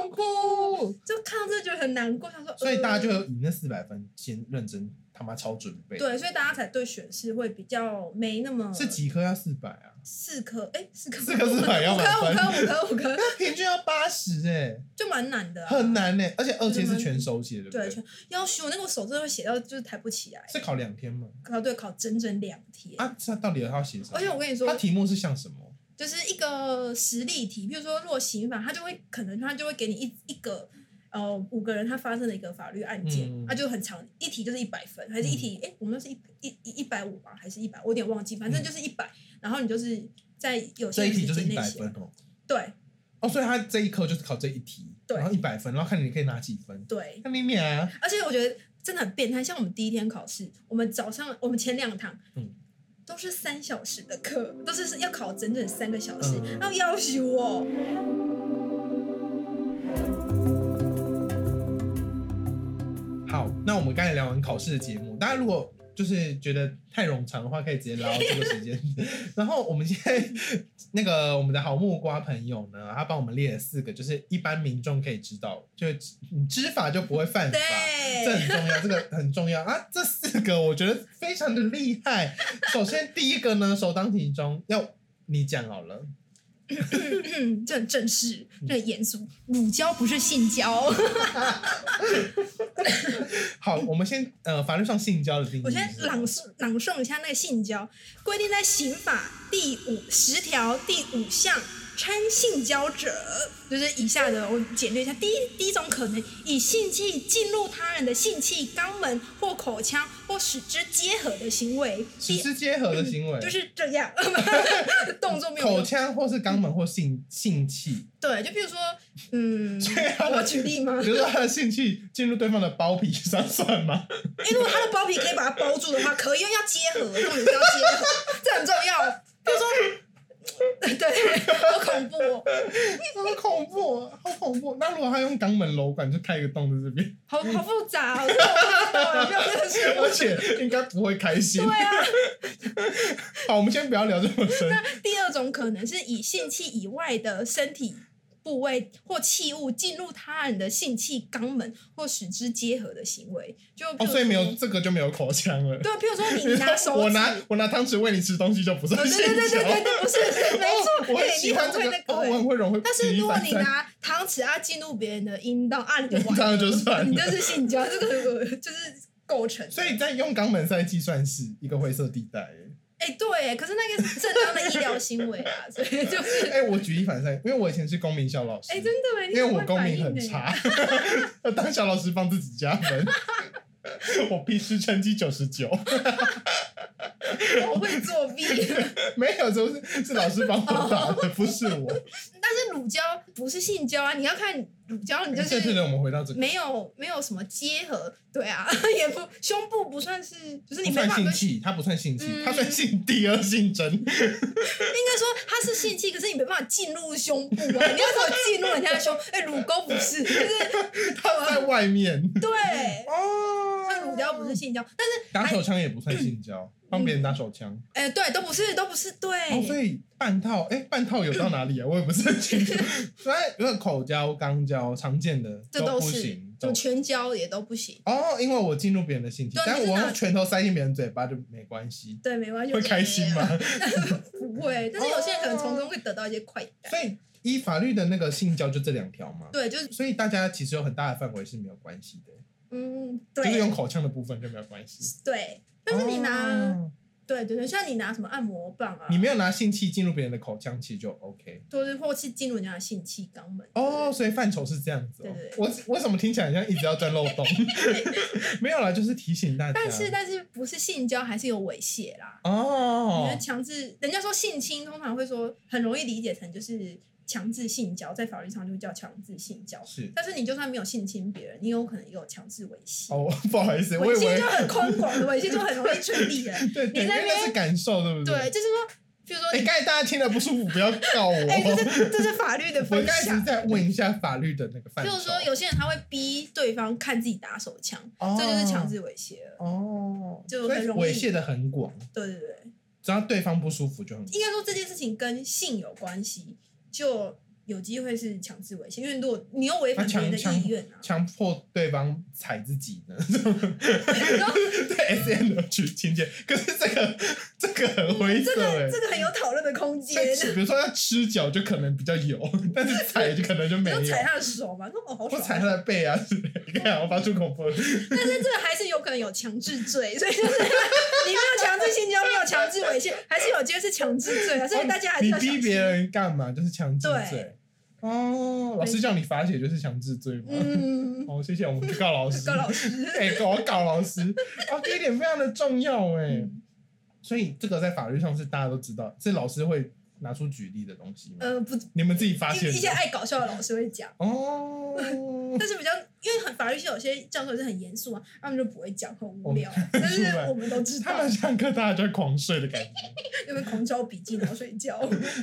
Speaker 1: 恐怖。
Speaker 2: 就看到这就觉得很难过，想说，
Speaker 1: 所以大家就
Speaker 2: 呃
Speaker 1: 以那四百分先认真他妈超准备。，
Speaker 2: 对，所以大家才对选试会比较没那么
Speaker 1: 是几科要四百啊？
Speaker 2: 四科，哎、四科
Speaker 1: 四科400要
Speaker 2: 五
Speaker 1: 满
Speaker 2: 科
Speaker 1: 分
Speaker 2: 五科五科五科，
Speaker 1: 那平均要八十哎，
Speaker 2: 就蛮难的、啊，
Speaker 1: 很。难哎、而且二阶
Speaker 2: 就是是
Speaker 1: 全手写，对不
Speaker 2: 对，
Speaker 1: 对？
Speaker 2: 全要修，那个手真的会写到就是抬不起来，
Speaker 1: 是考两天吗？
Speaker 2: 考对考整整两天。
Speaker 1: 啊，这到底他要写什么？
Speaker 2: 而哎且我跟你说，
Speaker 1: 他题目是像什么？
Speaker 2: 就是一个实例题，比如说，如果刑法，他就会可能他就会给你一一个呃五个人他发生的一个法律案件，
Speaker 1: 嗯
Speaker 2: 啊就很长，一题就是一百分，还是一题？哎、我们是一一一一百五吗？还是一百？我有点忘记，反正就是一百、然后你就是在有
Speaker 1: 嗯这
Speaker 2: 限
Speaker 1: 一
Speaker 2: 时
Speaker 1: 题就是
Speaker 2: 间
Speaker 1: 一
Speaker 2: 内
Speaker 1: 百
Speaker 2: 写
Speaker 1: 分，哦。
Speaker 2: 对
Speaker 1: 哦，所以他这一科就是考这一题，
Speaker 2: 对
Speaker 1: 然后一百分，然后看你可以拿几分。
Speaker 2: 对，
Speaker 1: 看你啊俩，
Speaker 2: 而且我觉得真的很变态，像我们第一天考试，我们早上我们前两堂，
Speaker 1: 嗯
Speaker 2: 都是三小时的课，都是要考整整三个小时
Speaker 1: 嗯，
Speaker 2: 然后要求哦。
Speaker 1: 好，那我们刚才聊完考试的节目，大家如果就是觉得太冗长的话，可以直接拉到这个时
Speaker 2: [laughs]
Speaker 1: 间。然后我们现在那个我们的好木瓜朋友呢，他帮我们列了四个，就是一般民众可以知道，就是你知法就不会犯法。这
Speaker 2: 对，
Speaker 1: 很重要，这个很重要啊！这四个我觉得非常的厉害。首先第一个呢，首当其冲，要你讲好了。
Speaker 2: 嗯，这很正式，这很严肃。乳胶不是性交，
Speaker 1: 嗯好，我们先呃，法律上性交的定义
Speaker 2: [laughs] 我先
Speaker 1: 是什么
Speaker 2: 朗诵朗诵一下那个性交规定在刑法第五十条第五项。称性交者，就是以下的，我简略一下。第一，第一种可能，以性器进入他人的性器、肛门或口腔，或使之结合的行为。
Speaker 1: 实
Speaker 2: 第
Speaker 1: 施结合的行为，
Speaker 2: 嗯就是这样， [laughs] 动作没有
Speaker 1: 口腔或是肛门或性性器，
Speaker 2: 对，就比如说，嗯，
Speaker 1: [laughs] 对啊
Speaker 2: 我举例吗？
Speaker 1: 比如说他的性器进入对方的包皮上算
Speaker 2: [laughs]
Speaker 1: 吗？
Speaker 2: 因为如果它的包皮可以把它包住的话，可以，因为要结合，重点是要结合，这很重要。比如说，对，好恐怖哦，
Speaker 1: 好恐怖哦，好恐怖！那如果他用肛门瘘管，就开一个洞在这边，
Speaker 2: 好好复杂、哦，我真的不知道有没有这个事
Speaker 1: 而且应该不会开心
Speaker 2: 啊对。啊，
Speaker 1: 好，我们先不要聊这么深。
Speaker 2: 那第二种可能是以性器以外的身体部位或器物进入他人的性器、肛门或使之结合的行为，就比
Speaker 1: 哦，
Speaker 2: 如
Speaker 1: 所以没有
Speaker 2: 说
Speaker 1: 这个就没有口腔了。
Speaker 2: 对，譬如说你拿手指，
Speaker 1: 我拿我拿汤匙喂你吃东西就不算
Speaker 2: 对
Speaker 1: 性
Speaker 2: 对对对对
Speaker 1: 交。
Speaker 2: 对，不是，是没错，
Speaker 1: 哦我很
Speaker 2: 对
Speaker 1: 喜欢这
Speaker 2: 你很
Speaker 1: 个哦
Speaker 2: 会，那个欸
Speaker 1: 我很会融会举一反三。
Speaker 2: 但是如果你拿
Speaker 1: [laughs]
Speaker 2: 汤匙啊进入别人的阴道啊，你就完
Speaker 1: 这
Speaker 2: 了，
Speaker 1: 样就算
Speaker 2: 你
Speaker 1: 了
Speaker 2: 这。是性交，这个就是构成的。
Speaker 1: 所以在用肛门塞计算是一个灰色地带欸。
Speaker 2: 哎、对，可是那个是正当的医疗行为啊，所以就是
Speaker 1: 哎、我举一反三，因为我以前是公民小老师，
Speaker 2: 哎、真的哎，你
Speaker 1: 因为
Speaker 2: 很
Speaker 1: 我
Speaker 2: 会
Speaker 1: 公
Speaker 2: 反
Speaker 1: 民
Speaker 2: 应
Speaker 1: 很
Speaker 2: 欸
Speaker 1: 差，要当小老师帮自己加分。我必须成绩九十九，
Speaker 2: 我会作弊。 [laughs]
Speaker 1: 没有，就是是老师帮我打的，不是我。
Speaker 2: 但是乳胶不是性交啊，你要看乳胶，你就
Speaker 1: 哎这次
Speaker 2: 是
Speaker 1: 呢，我们回到这个，
Speaker 2: 没有没有什么结合，对啊， [laughs] 也不胸部不算是，就是你
Speaker 1: 不
Speaker 2: 没办
Speaker 1: 算
Speaker 2: 法跟，
Speaker 1: 性
Speaker 2: 应
Speaker 1: 器，它不算性器，它算
Speaker 2: 嗯
Speaker 1: 性第二性征。
Speaker 2: 该说它是性器，可是你没办法进入胸部啊，你要怎么进入人家的胸？哎、乳沟不
Speaker 1: [laughs]
Speaker 2: 是，就是呃
Speaker 1: 它在外面。 [laughs]
Speaker 2: 对。
Speaker 1: 哦
Speaker 2: 所以乳胶不是性交，但是
Speaker 1: 打手枪也不算性交，
Speaker 2: 嗯
Speaker 1: 帮别人打手枪。
Speaker 2: 哎、对，都不是，都不是对。
Speaker 1: 哦，所以半套，哎、半套有到哪里啊？ [laughs] 我也不是很清楚。
Speaker 2: [laughs]
Speaker 1: 所以因为口交、肛交常见的
Speaker 2: 这都
Speaker 1: 不
Speaker 2: 是
Speaker 1: 行，，
Speaker 2: 就
Speaker 1: 都
Speaker 2: 全交也都不行。
Speaker 1: 哦，因为我进入别人的性体
Speaker 2: 对，
Speaker 1: 但
Speaker 2: 你是
Speaker 1: 我
Speaker 2: 哪
Speaker 1: 用拳头塞进别人嘴巴就没关系，
Speaker 2: 对，没关系。
Speaker 1: 会开心吗？？
Speaker 2: 不会，但是有些人可能从中会得到一些快
Speaker 1: [laughs]
Speaker 2: 感。
Speaker 1: 所以依法律的那个性交就这两条嘛。
Speaker 2: 对，就是
Speaker 1: 所以大家其实有很大的范围是没有关系的，
Speaker 2: 嗯，
Speaker 1: 就是用
Speaker 2: 对
Speaker 1: 口腔的部分就没有关系。
Speaker 2: 对，但是你拿、
Speaker 1: 哦
Speaker 2: 对对对，像你拿什么按摩棒啊，
Speaker 1: 你没有拿性器进入别人的口腔，其实就 OK。
Speaker 2: 就是或是进入人家的性器肛门。
Speaker 1: 哦，所以范畴是这样子、哦。
Speaker 2: 对对对
Speaker 1: 我我怎么听起来很像一直要钻漏
Speaker 2: [laughs]
Speaker 1: 洞？没有啦，就是提醒大家。
Speaker 2: 但是但是不是性交还是有猥亵啦？因为
Speaker 1: 哦，
Speaker 2: 强制，人家说性侵，通常会说很容易理解成就是强制性交，在法律上就叫强制性交。
Speaker 1: 是
Speaker 2: 但是你就算没有性侵别人，你有可能也有强制猥亵。
Speaker 1: 哦， [laughs] 不好意思，我
Speaker 2: 猥
Speaker 1: 以
Speaker 2: 亵
Speaker 1: 为
Speaker 2: 就很宽广的，猥亵就很容易成立了。
Speaker 1: 对对，
Speaker 2: 你
Speaker 1: 因
Speaker 2: 在
Speaker 1: 为
Speaker 2: 那边
Speaker 1: 那是感受， [laughs] 对不
Speaker 2: 对，？就是说，比如说
Speaker 1: 哎，
Speaker 2: 你，
Speaker 1: 刚、才大家听了不舒服，不要告我。哦
Speaker 2: 哎、这是这是法律的
Speaker 1: [laughs] 我刚
Speaker 2: 分
Speaker 1: 才只是
Speaker 2: 享。
Speaker 1: 在问一下法律的那个范
Speaker 2: 就
Speaker 1: 畴。
Speaker 2: 是说，有些人他会逼对方看自己打手枪，
Speaker 1: 哦
Speaker 2: 这就是强制猥亵了。
Speaker 1: 哦，
Speaker 2: 就
Speaker 1: 所以
Speaker 2: 很容易
Speaker 1: 猥亵的很广，
Speaker 2: 对对对，
Speaker 1: 只要对方不舒服就很
Speaker 2: 应该说这件事情跟性有关系，就有机会是强制猥亵，因为如果你又违反别人的意愿啊，
Speaker 1: 强迫对方踩自己呢。 [laughs]
Speaker 2: 然后
Speaker 1: 对 S N 的情情节，可是这个这个很灰
Speaker 2: 这
Speaker 1: 色哎、
Speaker 2: 个这个很有讨论的空间。
Speaker 1: 在吃比如说要吃脚就可能比较有，但是踩就可能就没
Speaker 2: 你
Speaker 1: 有
Speaker 2: 就。踩他的手嘛，说哦好
Speaker 1: 或
Speaker 2: 爽
Speaker 1: 踩
Speaker 2: 啊，
Speaker 1: 他的背啊之类的，你看我发出恐怖的。
Speaker 2: 但是这个还是有可能有强制罪，所以就是 [laughs] 你没有强制性交，没有强制猥亵，还是有机会是强制罪啊，所以大家还
Speaker 1: 哦
Speaker 2: 是
Speaker 1: 你
Speaker 2: 要小
Speaker 1: 逼
Speaker 2: 心。
Speaker 1: 别人干嘛？就是强制罪
Speaker 2: 对。
Speaker 1: 哦，老师叫你罚写就是强制罪吗？
Speaker 2: 嗯，
Speaker 1: 哦，谢谢，我们去告老
Speaker 2: [laughs]
Speaker 1: 师。
Speaker 2: 高老师，
Speaker 1: 哎、搞搞老师，哦，这一点非常的重要哎、
Speaker 2: 嗯
Speaker 1: 所以这个在法律上是大家都知道，是老师会拿出举例的东西吗？
Speaker 2: 呃，不，
Speaker 1: 你们自己发
Speaker 2: 一
Speaker 1: 现
Speaker 2: 一些
Speaker 1: 的
Speaker 2: 爱搞笑的老师会讲。 [laughs]
Speaker 1: 哦。
Speaker 2: 但是比较，因为很法律系有些教授是很严肃啊，他们就不会讲，很无聊。但
Speaker 1: [laughs]
Speaker 2: 是我们都知
Speaker 1: 他
Speaker 2: 道
Speaker 1: 们，上课大家就在狂睡的感觉，
Speaker 2: 因为狂抄笔记然后睡
Speaker 1: [laughs]
Speaker 2: 觉，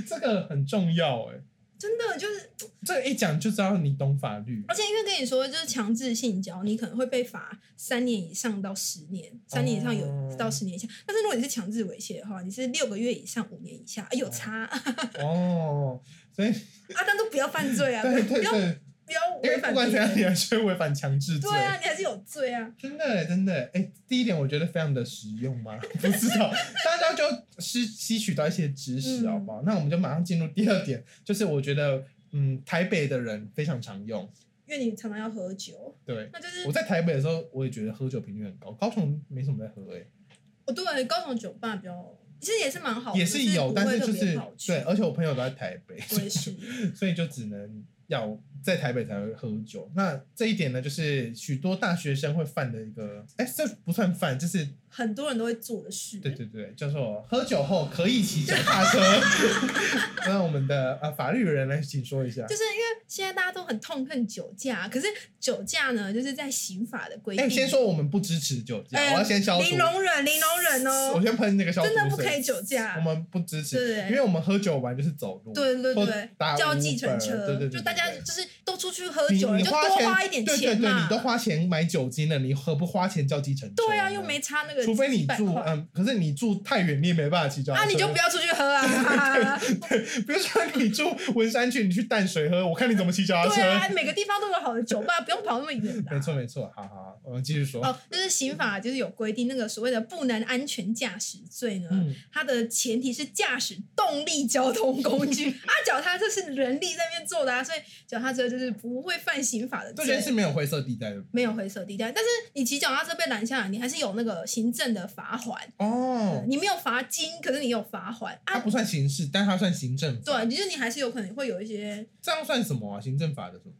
Speaker 1: 这个很重要哎、
Speaker 2: 真的就是，
Speaker 1: 这个一讲就知道你懂法律
Speaker 2: 而且因为跟你说，就是强制性交，你可能会被罚三年以上到十年，三年以上
Speaker 1: 哦
Speaker 2: 有到十年以下。但是如果你是强制猥亵的话，你是六个月以上五年以下，哎
Speaker 1: [laughs]
Speaker 2: 有差啊，
Speaker 1: 哦。所以
Speaker 2: 但都不要犯罪啊，不
Speaker 1: 对对
Speaker 2: 要不要
Speaker 1: 对，
Speaker 2: 不要
Speaker 1: 因为
Speaker 2: 违
Speaker 1: 不
Speaker 2: 反
Speaker 1: 管
Speaker 2: 别
Speaker 1: 怎样，你
Speaker 2: 人。
Speaker 1: 还是会违反强制罪。
Speaker 2: 对啊，你还是有罪啊。
Speaker 1: 真的耶真的耶，哎、第一点我觉得非常的实用吗？ [laughs] 不知道，大家就吸吸取到一些知识，
Speaker 2: 嗯
Speaker 1: 好不好？那我们就马上进入第二点，就是我觉得，嗯，台北的人非常常用。
Speaker 2: 因为你常常要喝酒，
Speaker 1: 对，
Speaker 2: 那就是
Speaker 1: 我在台北的时候，我也觉得喝酒频率很高，高雄没什么在喝、欸，
Speaker 2: 哦，对，高雄酒吧比较，其实也哦是蛮好的，
Speaker 1: 也是有，
Speaker 2: 不
Speaker 1: 但
Speaker 2: 会
Speaker 1: 是
Speaker 2: 特
Speaker 1: 就
Speaker 2: 别
Speaker 1: 是
Speaker 2: 好去
Speaker 1: 对，而且我朋友都在台北， [laughs]
Speaker 2: 我也是，
Speaker 1: 所以就只能要在台北才会喝酒。那这一点呢，就是许多大学生会犯的一个，哎、这不算犯，就是
Speaker 2: 很多人都会做的事。
Speaker 1: 对对对，叫做 [laughs] 喝酒后可以骑脚踏 [laughs] 车。那我们的呃法律人来，请说一下哎
Speaker 2: 就。是因为现在大家都很痛恨酒驾，可是酒驾呢，就是在刑法的规
Speaker 1: 哎、
Speaker 2: 定，
Speaker 1: 先说我们不支持酒驾，
Speaker 2: 哎
Speaker 1: 我要先消毒。
Speaker 2: 零容忍，零容忍
Speaker 1: 我
Speaker 2: 哦，
Speaker 1: 先喷那个消毒
Speaker 2: 真
Speaker 1: 水。
Speaker 2: 的不可以酒驾
Speaker 1: 我。们不支持，
Speaker 2: 对对对
Speaker 1: 因为我们喝酒完就是走路，
Speaker 2: 对对
Speaker 1: 或
Speaker 2: 对
Speaker 1: 打，
Speaker 2: 叫
Speaker 1: Uber，
Speaker 2: 计程车，
Speaker 1: 对对对对
Speaker 2: 就大家就是都出去喝
Speaker 1: 你
Speaker 2: 酒了，
Speaker 1: 你
Speaker 2: 就多
Speaker 1: 钱
Speaker 2: 花一点
Speaker 1: 对对
Speaker 2: 钱
Speaker 1: 对，
Speaker 2: 嘛。
Speaker 1: 你都花钱买酒精了，你何不花钱叫计程车？
Speaker 2: 对啊，又没。差那个
Speaker 1: 除非你
Speaker 2: 几百
Speaker 1: 住
Speaker 2: 块
Speaker 1: 嗯，可是你住太远，你也没办法骑脚踏
Speaker 2: 啊，
Speaker 1: 车。
Speaker 2: 你就不要出去喝啊。
Speaker 1: [laughs] 比如说你住文山区，你去淡水喝，我看你怎么骑脚踏车。
Speaker 2: 对啊，每个地方都有好的酒吧，不用跑那么远的啊。
Speaker 1: 没错没错，好好，好我们继续说。
Speaker 2: 哦，就是刑法就是有规定，那个所谓的不能安全驾驶罪呢，
Speaker 1: 嗯，
Speaker 2: 它
Speaker 1: [laughs]
Speaker 2: 的前提是驾驶动力交通工具啊，脚踏车是人力在那边做的啊，所以为脚踏车就是不会犯刑法的
Speaker 1: 这
Speaker 2: 罪，
Speaker 1: 件事没有灰色地带的
Speaker 2: 没有灰色地带。但是你骑脚踏车被拦下来，你还是有那个行政的罚款，嗯
Speaker 1: 哦，
Speaker 2: 你没有罚金，可是你有罚款
Speaker 1: 它
Speaker 2: 啊。
Speaker 1: 不算刑事，但它算行政法。
Speaker 2: 对，就是你还是有可能会有一些
Speaker 1: 这样算什么啊？行政法的什么？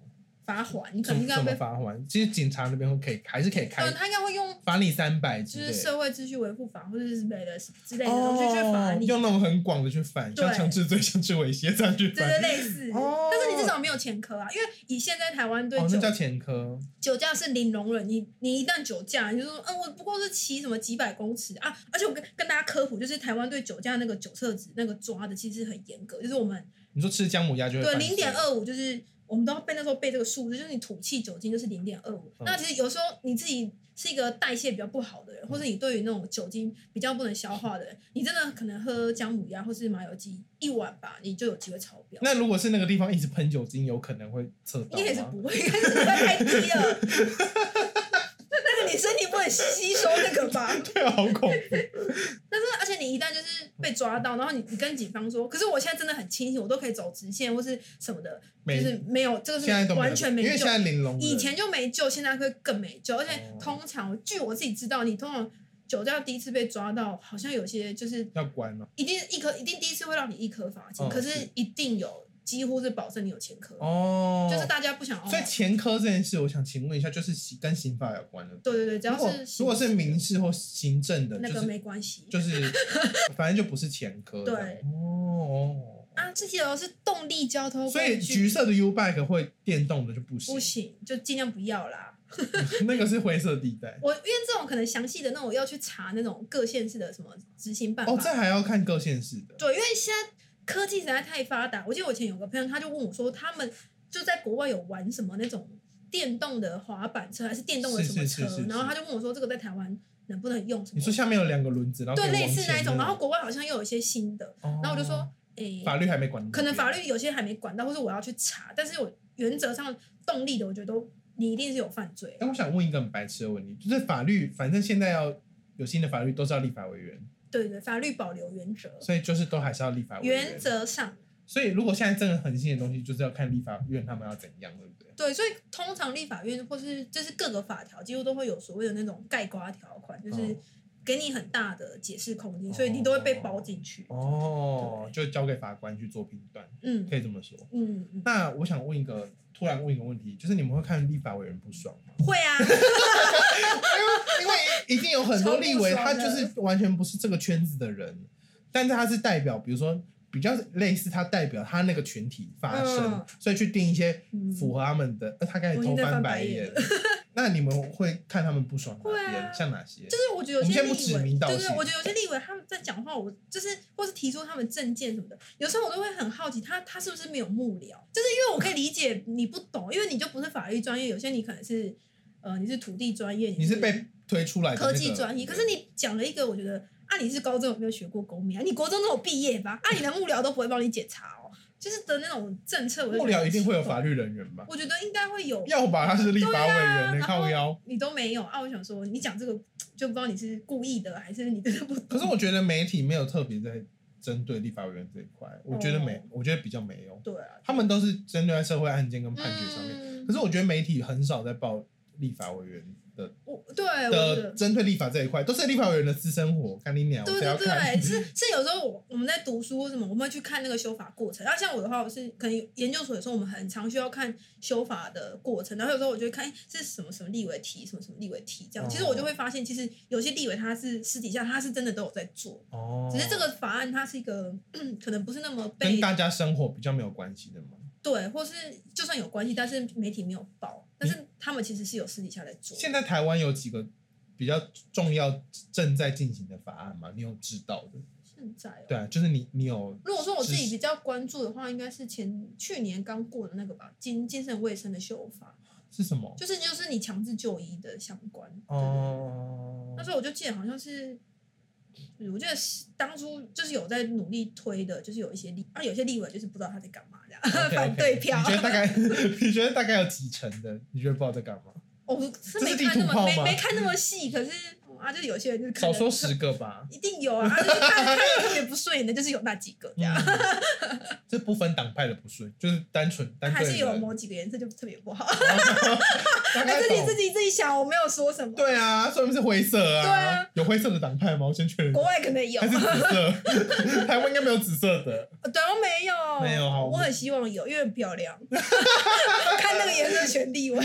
Speaker 2: 罚款，你
Speaker 1: 什
Speaker 2: 可能
Speaker 1: 么
Speaker 2: 应该
Speaker 1: 什
Speaker 2: 要
Speaker 1: 么
Speaker 2: 被，
Speaker 1: 罚款？其实警察那边会可以还是可以开
Speaker 2: 嗯，，他应该会用
Speaker 1: 罚你三百之
Speaker 2: 就
Speaker 1: 类
Speaker 2: 是
Speaker 1: 的。
Speaker 2: 社会秩序维护法或者是之类的之类的东西去罚
Speaker 1: 哦，
Speaker 2: 你，
Speaker 1: 用那种很广的去反，
Speaker 2: 对
Speaker 1: 像强制罪、强制猥亵这样去
Speaker 2: 对
Speaker 1: 反。
Speaker 2: 对类似。
Speaker 1: 哦
Speaker 2: 但是你至少没有前科啊，因为以现在台湾对
Speaker 1: 哦，
Speaker 2: 酒
Speaker 1: 那叫前科。
Speaker 2: 酒驾是零容忍，你你一旦酒驾，你就说，嗯，我不过是骑什么几百公尺啊。而且我跟跟大家科普，就是台湾对酒驾那个酒测值那个抓的其实很严格，就是我们
Speaker 1: 你说吃姜母鸭就会
Speaker 2: 对
Speaker 1: 犯罪
Speaker 2: 零点，二五，就是我们都要背那时候背这个数字，就是你吐气酒精就是零点二五。
Speaker 1: 嗯
Speaker 2: 那其实有时候你自己是一个代谢比较不好的人，或者你对于那种酒精比较不能消化的人，你真的可能喝姜母鸭或是麻油鸡一碗吧，你就有机会超标。
Speaker 1: 那如果是那个地方一直喷酒精，有可能会测到
Speaker 2: 应该也是
Speaker 1: 吗？ [laughs]
Speaker 2: 不会，应该是太低了。那个你身体不能吸收那个吧？
Speaker 1: 对，啊好恐
Speaker 2: [laughs]
Speaker 1: 怖。
Speaker 2: 但是，而且你一旦就是被抓到，然后你你跟警方说，可是我现在真的很清醒，我都可以走直线或是什么的，就
Speaker 1: 没，
Speaker 2: 是没有，这个
Speaker 1: 现
Speaker 2: 是
Speaker 1: 在都没有
Speaker 2: 完全没
Speaker 1: 因为
Speaker 2: 救
Speaker 1: 现。在玲珑人
Speaker 2: 以前就没救，现在会更没救。而且
Speaker 1: 哦
Speaker 2: 通常，据我自己知道，你通常酒驾第一次被抓到，好像有些就是
Speaker 1: 要关了。
Speaker 2: 一定一颗，一定第一次会让你一颗罚金，
Speaker 1: 哦
Speaker 2: 可
Speaker 1: 是
Speaker 2: 是一定有几乎是保证你有前科，
Speaker 1: 哦，
Speaker 2: 就是大家不想要。
Speaker 1: 所以前科这件事，我想请问一下，就是刑跟刑法有关的。
Speaker 2: 对对对，只要
Speaker 1: 如果
Speaker 2: 是
Speaker 1: 如果是民事或行政的，
Speaker 2: 那
Speaker 1: 就
Speaker 2: 个
Speaker 1: 是
Speaker 2: 没关系。
Speaker 1: 就是
Speaker 2: [laughs]
Speaker 1: 反正就不是前科这样。
Speaker 2: 对
Speaker 1: 哦，
Speaker 2: 啊，这些都是动力交通
Speaker 1: 所以
Speaker 2: 工
Speaker 1: 橘
Speaker 2: 具，
Speaker 1: 色的 U bike 会电动的就不行，
Speaker 2: 不行，就尽量不要啦。
Speaker 1: [laughs] 那个是灰色地带。
Speaker 2: 我因为这种可能详细的那种要去查那种各县市的什么执行办法。
Speaker 1: 哦，这还要看各县市的。
Speaker 2: 对，因为现在科技实在太发达。我记得我以前有个朋友，他就问我说，他们就在国外有玩什么那种电动的滑板车，还是电动的什么车？
Speaker 1: 是是是是是
Speaker 2: 然后他就问我说，这个在台湾能不能用什么？
Speaker 1: 你说下面有两个轮子，然后
Speaker 2: 对，
Speaker 1: 可以
Speaker 2: 类似
Speaker 1: 往前
Speaker 2: 那一种。然后
Speaker 1: 那
Speaker 2: 国外好像又有一些新的，
Speaker 1: 种，
Speaker 2: 然后我就
Speaker 1: 哦
Speaker 2: 说，诶、
Speaker 1: 法律还没管，
Speaker 2: 可能法律有些还没管到，或者我要去查，但是我原则上动力的，我觉得都你一定是有犯罪。
Speaker 1: 但我想问一个很白痴的问题，就是法律，反正现在要有新的法律，都是要立法委员，
Speaker 2: 对对，法律保留原则，
Speaker 1: 所以就是都还是要立法委员。
Speaker 2: 原则上
Speaker 1: 所以如果现在真的很新的东西，就是要看立法院他们要怎样，对不对？
Speaker 2: 对，所以通常立法院或是就是各个法条，几乎都会有所谓的那种盖瓜条款，就是
Speaker 1: 哦
Speaker 2: 给你很大的解释空间，所以你都会被包进去。
Speaker 1: 哦，就交给法官去做评断，
Speaker 2: 嗯
Speaker 1: 可以这么说。
Speaker 2: 嗯 [laughs] 嗯，
Speaker 1: 那我想问一个，突然问一个问题，就是你们会看立法委员不爽
Speaker 2: [laughs]
Speaker 1: 吗？
Speaker 2: 会啊，
Speaker 1: 因为一定有很多立委，他就是完全不是这个圈子的人，但是他是代表，比如说比较类似他代表他那个群体发声，
Speaker 2: 嗯
Speaker 1: 所以去定一些
Speaker 2: 嗯
Speaker 1: 符合他们的。呃、他刚才
Speaker 2: 我已
Speaker 1: 偷
Speaker 2: 经在
Speaker 1: 翻
Speaker 2: 翻
Speaker 1: 白
Speaker 2: 白眼
Speaker 1: 眼，那你们会看他们不爽哪
Speaker 2: 会
Speaker 1: 边？
Speaker 2: 啊
Speaker 1: 像哪些？
Speaker 2: 就是我觉得有
Speaker 1: 我
Speaker 2: 些
Speaker 1: 们先不
Speaker 2: 立
Speaker 1: 指
Speaker 2: 委，
Speaker 1: 名道
Speaker 2: 对
Speaker 1: 姓
Speaker 2: 对，我觉得有些立委他们在讲话，我就是或是提出他们证件什么的，有时候我都会很好奇他他是不是没有幕僚，就是因为我可以理解你不懂，因为你就不是法律专业，有些你可能是呃你是土地专业，
Speaker 1: 你是被推出来的、那
Speaker 2: 科
Speaker 1: 个
Speaker 2: 技专业，可是你讲了一个，我觉得啊你是高中有没有学过公民啊？你国中都有毕业吧？啊你的幕僚都不会帮你检查哦，就是的那种政策，我就觉
Speaker 1: 幕
Speaker 2: 得
Speaker 1: 僚
Speaker 2: 很
Speaker 1: 一定
Speaker 2: 奇
Speaker 1: 会有
Speaker 2: 怪
Speaker 1: 法，律人员吧？
Speaker 2: 我觉得应该会有。
Speaker 1: 要吧，他是立法委员，
Speaker 2: 对啊
Speaker 1: 能靠腰。
Speaker 2: 你都没有啊！我想说，你讲这个就不知道你是故意的还是你真的不懂。
Speaker 1: 可是我觉得媒体没有特别在针对立法委员这一块，我觉得没，
Speaker 2: 哦
Speaker 1: 我觉得比较没有，
Speaker 2: 对啊，嗯
Speaker 1: 他们都是针对在社会案件跟判决上面。
Speaker 2: 面
Speaker 1: 可是我觉得媒体很少在报立法委员的
Speaker 2: 我对哎我觉
Speaker 1: 的
Speaker 2: 得。
Speaker 1: 针对立法这一块，都是立法委员的私生活，干你娘！我
Speaker 2: 对
Speaker 1: 才
Speaker 2: 对
Speaker 1: 要看。[laughs]
Speaker 2: 对，是是有时候我我们在读书或什么，我们会去看那个修法过程。然后像我的话，我是可能研究所的时候，我们很常需要看修法的过程。然后有时候我就会看哎是什么什么立委提，什么什么立委提这样。其实
Speaker 1: 哦
Speaker 2: 我就会发现，其实有些立委他是私底下他是真的都有在做，
Speaker 1: 哦
Speaker 2: 只是这个法案它是一个嗯可能不是那么
Speaker 1: 跟
Speaker 2: 被
Speaker 1: 大家生活比较没有关系的嘛。
Speaker 2: 对，或是就算有关系，但是媒体没有报，但是他们其实是有私底下在做。
Speaker 1: 现在台湾有几个比较重要正在进行的法案嘛？你有知道的？
Speaker 2: 现在哦
Speaker 1: 对啊，就是你你有
Speaker 2: 如果说我自
Speaker 1: 是
Speaker 2: 己比较关注的话，应该是前去年刚过的那个吧，精精神卫生的修法，
Speaker 1: 是什么？
Speaker 2: 就是就是你强制就医的相关。对
Speaker 1: 哦
Speaker 2: 对对那时候我就记得好像是，我记得是当初就是有在努力推的，就是有一些立啊，有些立委就是不知道他在干嘛这样
Speaker 1: OK，OK
Speaker 2: 反对票
Speaker 1: 你。觉得大概 [laughs] 你觉得大概有几成的？你觉得不知道在干嘛？
Speaker 2: 我是
Speaker 1: 这
Speaker 2: 没
Speaker 1: 是地
Speaker 2: 看那
Speaker 1: 图炮
Speaker 2: 么没
Speaker 1: 吗
Speaker 2: 没看那么细，可是啊，就是有些人就是看
Speaker 1: 少
Speaker 2: 着
Speaker 1: 说十个吧，
Speaker 2: 一定有啊，啊就是看看着特别不顺眼的，就是有那几个这样，
Speaker 1: 嗯这不分党派的不顺，就是单纯单
Speaker 2: 还
Speaker 1: 个人
Speaker 2: 是有
Speaker 1: [laughs]
Speaker 2: 某几个颜色就特别不好。
Speaker 1: 大
Speaker 2: 那
Speaker 1: 概
Speaker 2: [laughs] 自己
Speaker 1: 懂
Speaker 2: 自己自己想，我没有说什么。，
Speaker 1: 对啊，说明是灰色啊，
Speaker 2: 对啊，
Speaker 1: 有灰色的党派吗？我先确 [laughs] 认一下
Speaker 2: 国，外可能有，
Speaker 1: 还
Speaker 2: [laughs]
Speaker 1: 是紫色？ [laughs] 台湾应该没有紫色的，
Speaker 2: 对，我没有，
Speaker 1: 没有好
Speaker 2: 我很希望有，因为很
Speaker 1: [laughs]
Speaker 2: 漂亮，看那个颜色选地位。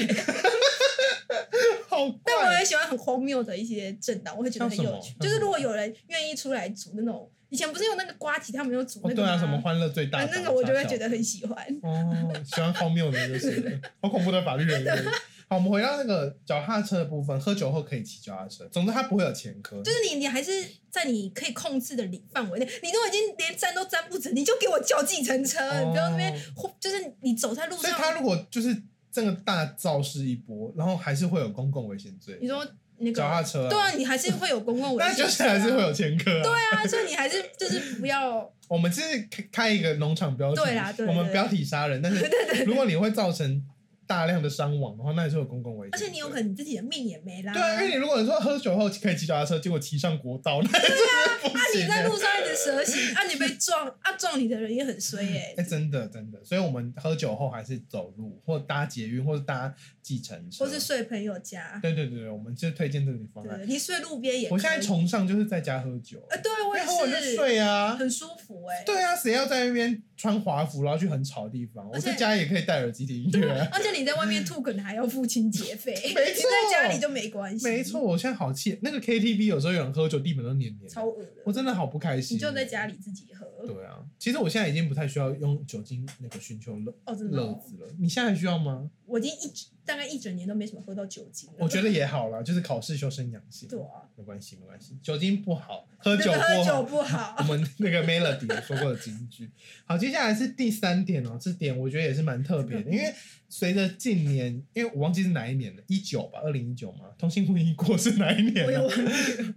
Speaker 1: 好怪哦
Speaker 2: 但我很喜欢很荒谬的一些政党，我会觉得很有
Speaker 1: 像什
Speaker 2: 趣
Speaker 1: 么。
Speaker 2: 就是如果有人愿意出来组那种，以前不是有那个瓜体，他们有组
Speaker 1: 哦，
Speaker 2: 那个
Speaker 1: 对
Speaker 2: 吗？
Speaker 1: 啊，什么欢乐最大
Speaker 2: 啊
Speaker 1: 党？
Speaker 2: 那个我就会
Speaker 1: 傻笑
Speaker 2: 觉得很喜欢。
Speaker 1: 哦，喜欢荒谬的就是
Speaker 2: [laughs]
Speaker 1: 了，好恐怖的法律人员。好，我们回到那个脚踏车的部分，喝酒后可以骑脚踏车，总之它不会有前科。
Speaker 2: 就是你，你还是在你可以控制的里范围内，你都已经连站都站不直，你就给我叫计程车，
Speaker 1: 哦
Speaker 2: 呃你不要那边，就是你走在路
Speaker 1: 所以
Speaker 2: 上，
Speaker 1: 他如果就是这个大肇事一波，然后还是会有公共危险罪
Speaker 2: 你，说那
Speaker 1: 脚踏
Speaker 2: 个，
Speaker 1: 车、
Speaker 2: 对啊，你还是会有公共危
Speaker 1: [laughs] 那
Speaker 2: 险，
Speaker 1: 就是还是会有前科、啊。
Speaker 2: 对啊，所以你还是就是不要，
Speaker 1: 我们这是开开一个农场标题，
Speaker 2: 对啦对
Speaker 1: 我们
Speaker 2: 对
Speaker 1: 标题杀人，但
Speaker 2: 对
Speaker 1: 是
Speaker 2: 对对，
Speaker 1: 如果你会造成大量的伤亡的话，那也是有公共危险
Speaker 2: 而
Speaker 1: 罪。
Speaker 2: 且你有可能你自己的命也没啦。
Speaker 1: 对啊，因为你如果说喝酒后可以骑脚踏车，结果骑上国道，那对啊，
Speaker 2: 啊，你在路上一直蛇行，啊，你被撞，啊，撞你的人也很衰哎、
Speaker 1: 哎、真的真的，所以我们喝酒后还是走路，或搭捷运，或者搭计程车，
Speaker 2: 或是睡朋友家，
Speaker 1: 对对对对，我们就推荐这个地方来。
Speaker 2: 对，你睡路边也可以。
Speaker 1: 我现在崇尚就是在家喝酒，
Speaker 2: 啊，对我
Speaker 1: 因为
Speaker 2: 也，
Speaker 1: 喝完就是睡啊。
Speaker 2: 很舒服哎、
Speaker 1: 对啊，谁要在那边穿华服，然后去很吵的地方？我
Speaker 2: 而且
Speaker 1: 在家也可以戴耳机听音乐啊、
Speaker 2: 而且你在外面吐，可能还要付清洁费，啊你
Speaker 1: 没错
Speaker 2: 在家里就没关系，
Speaker 1: 没错，，我现在好气，那个 KTV 有时候有人喝酒，地板都黏黏的，
Speaker 2: 超恶的。
Speaker 1: 我真的好不开心。
Speaker 2: 你就在家。里自己 [laughs] 喝，
Speaker 1: 对啊，其实我现在已经不太需要用酒精那个寻求乐
Speaker 2: 哦，真的
Speaker 1: 乐
Speaker 2: 哦、
Speaker 1: 子了。你现在还需要吗？
Speaker 2: 我已经一大概一整年都没什么喝到酒精了。
Speaker 1: 我觉得也好啦，就是考试修身养性。
Speaker 2: 对啊，
Speaker 1: 没关系，没关系，酒精不好，喝
Speaker 2: 那
Speaker 1: 酒
Speaker 2: 个 [laughs] 喝
Speaker 1: 不
Speaker 2: 酒
Speaker 1: 好。
Speaker 2: 不
Speaker 1: 我
Speaker 2: 好，
Speaker 1: 们那个 Melody 有说过的金句。 [laughs] 好，接下来是第三点哦，这点我觉得也是蛮特别
Speaker 2: 嗯
Speaker 1: 的，因为随着近年，因为我忘记是哪一年了，一九吧，二零一九嘛，同性婚姻过是哪一年啊、
Speaker 2: 我
Speaker 1: [laughs]
Speaker 2: 有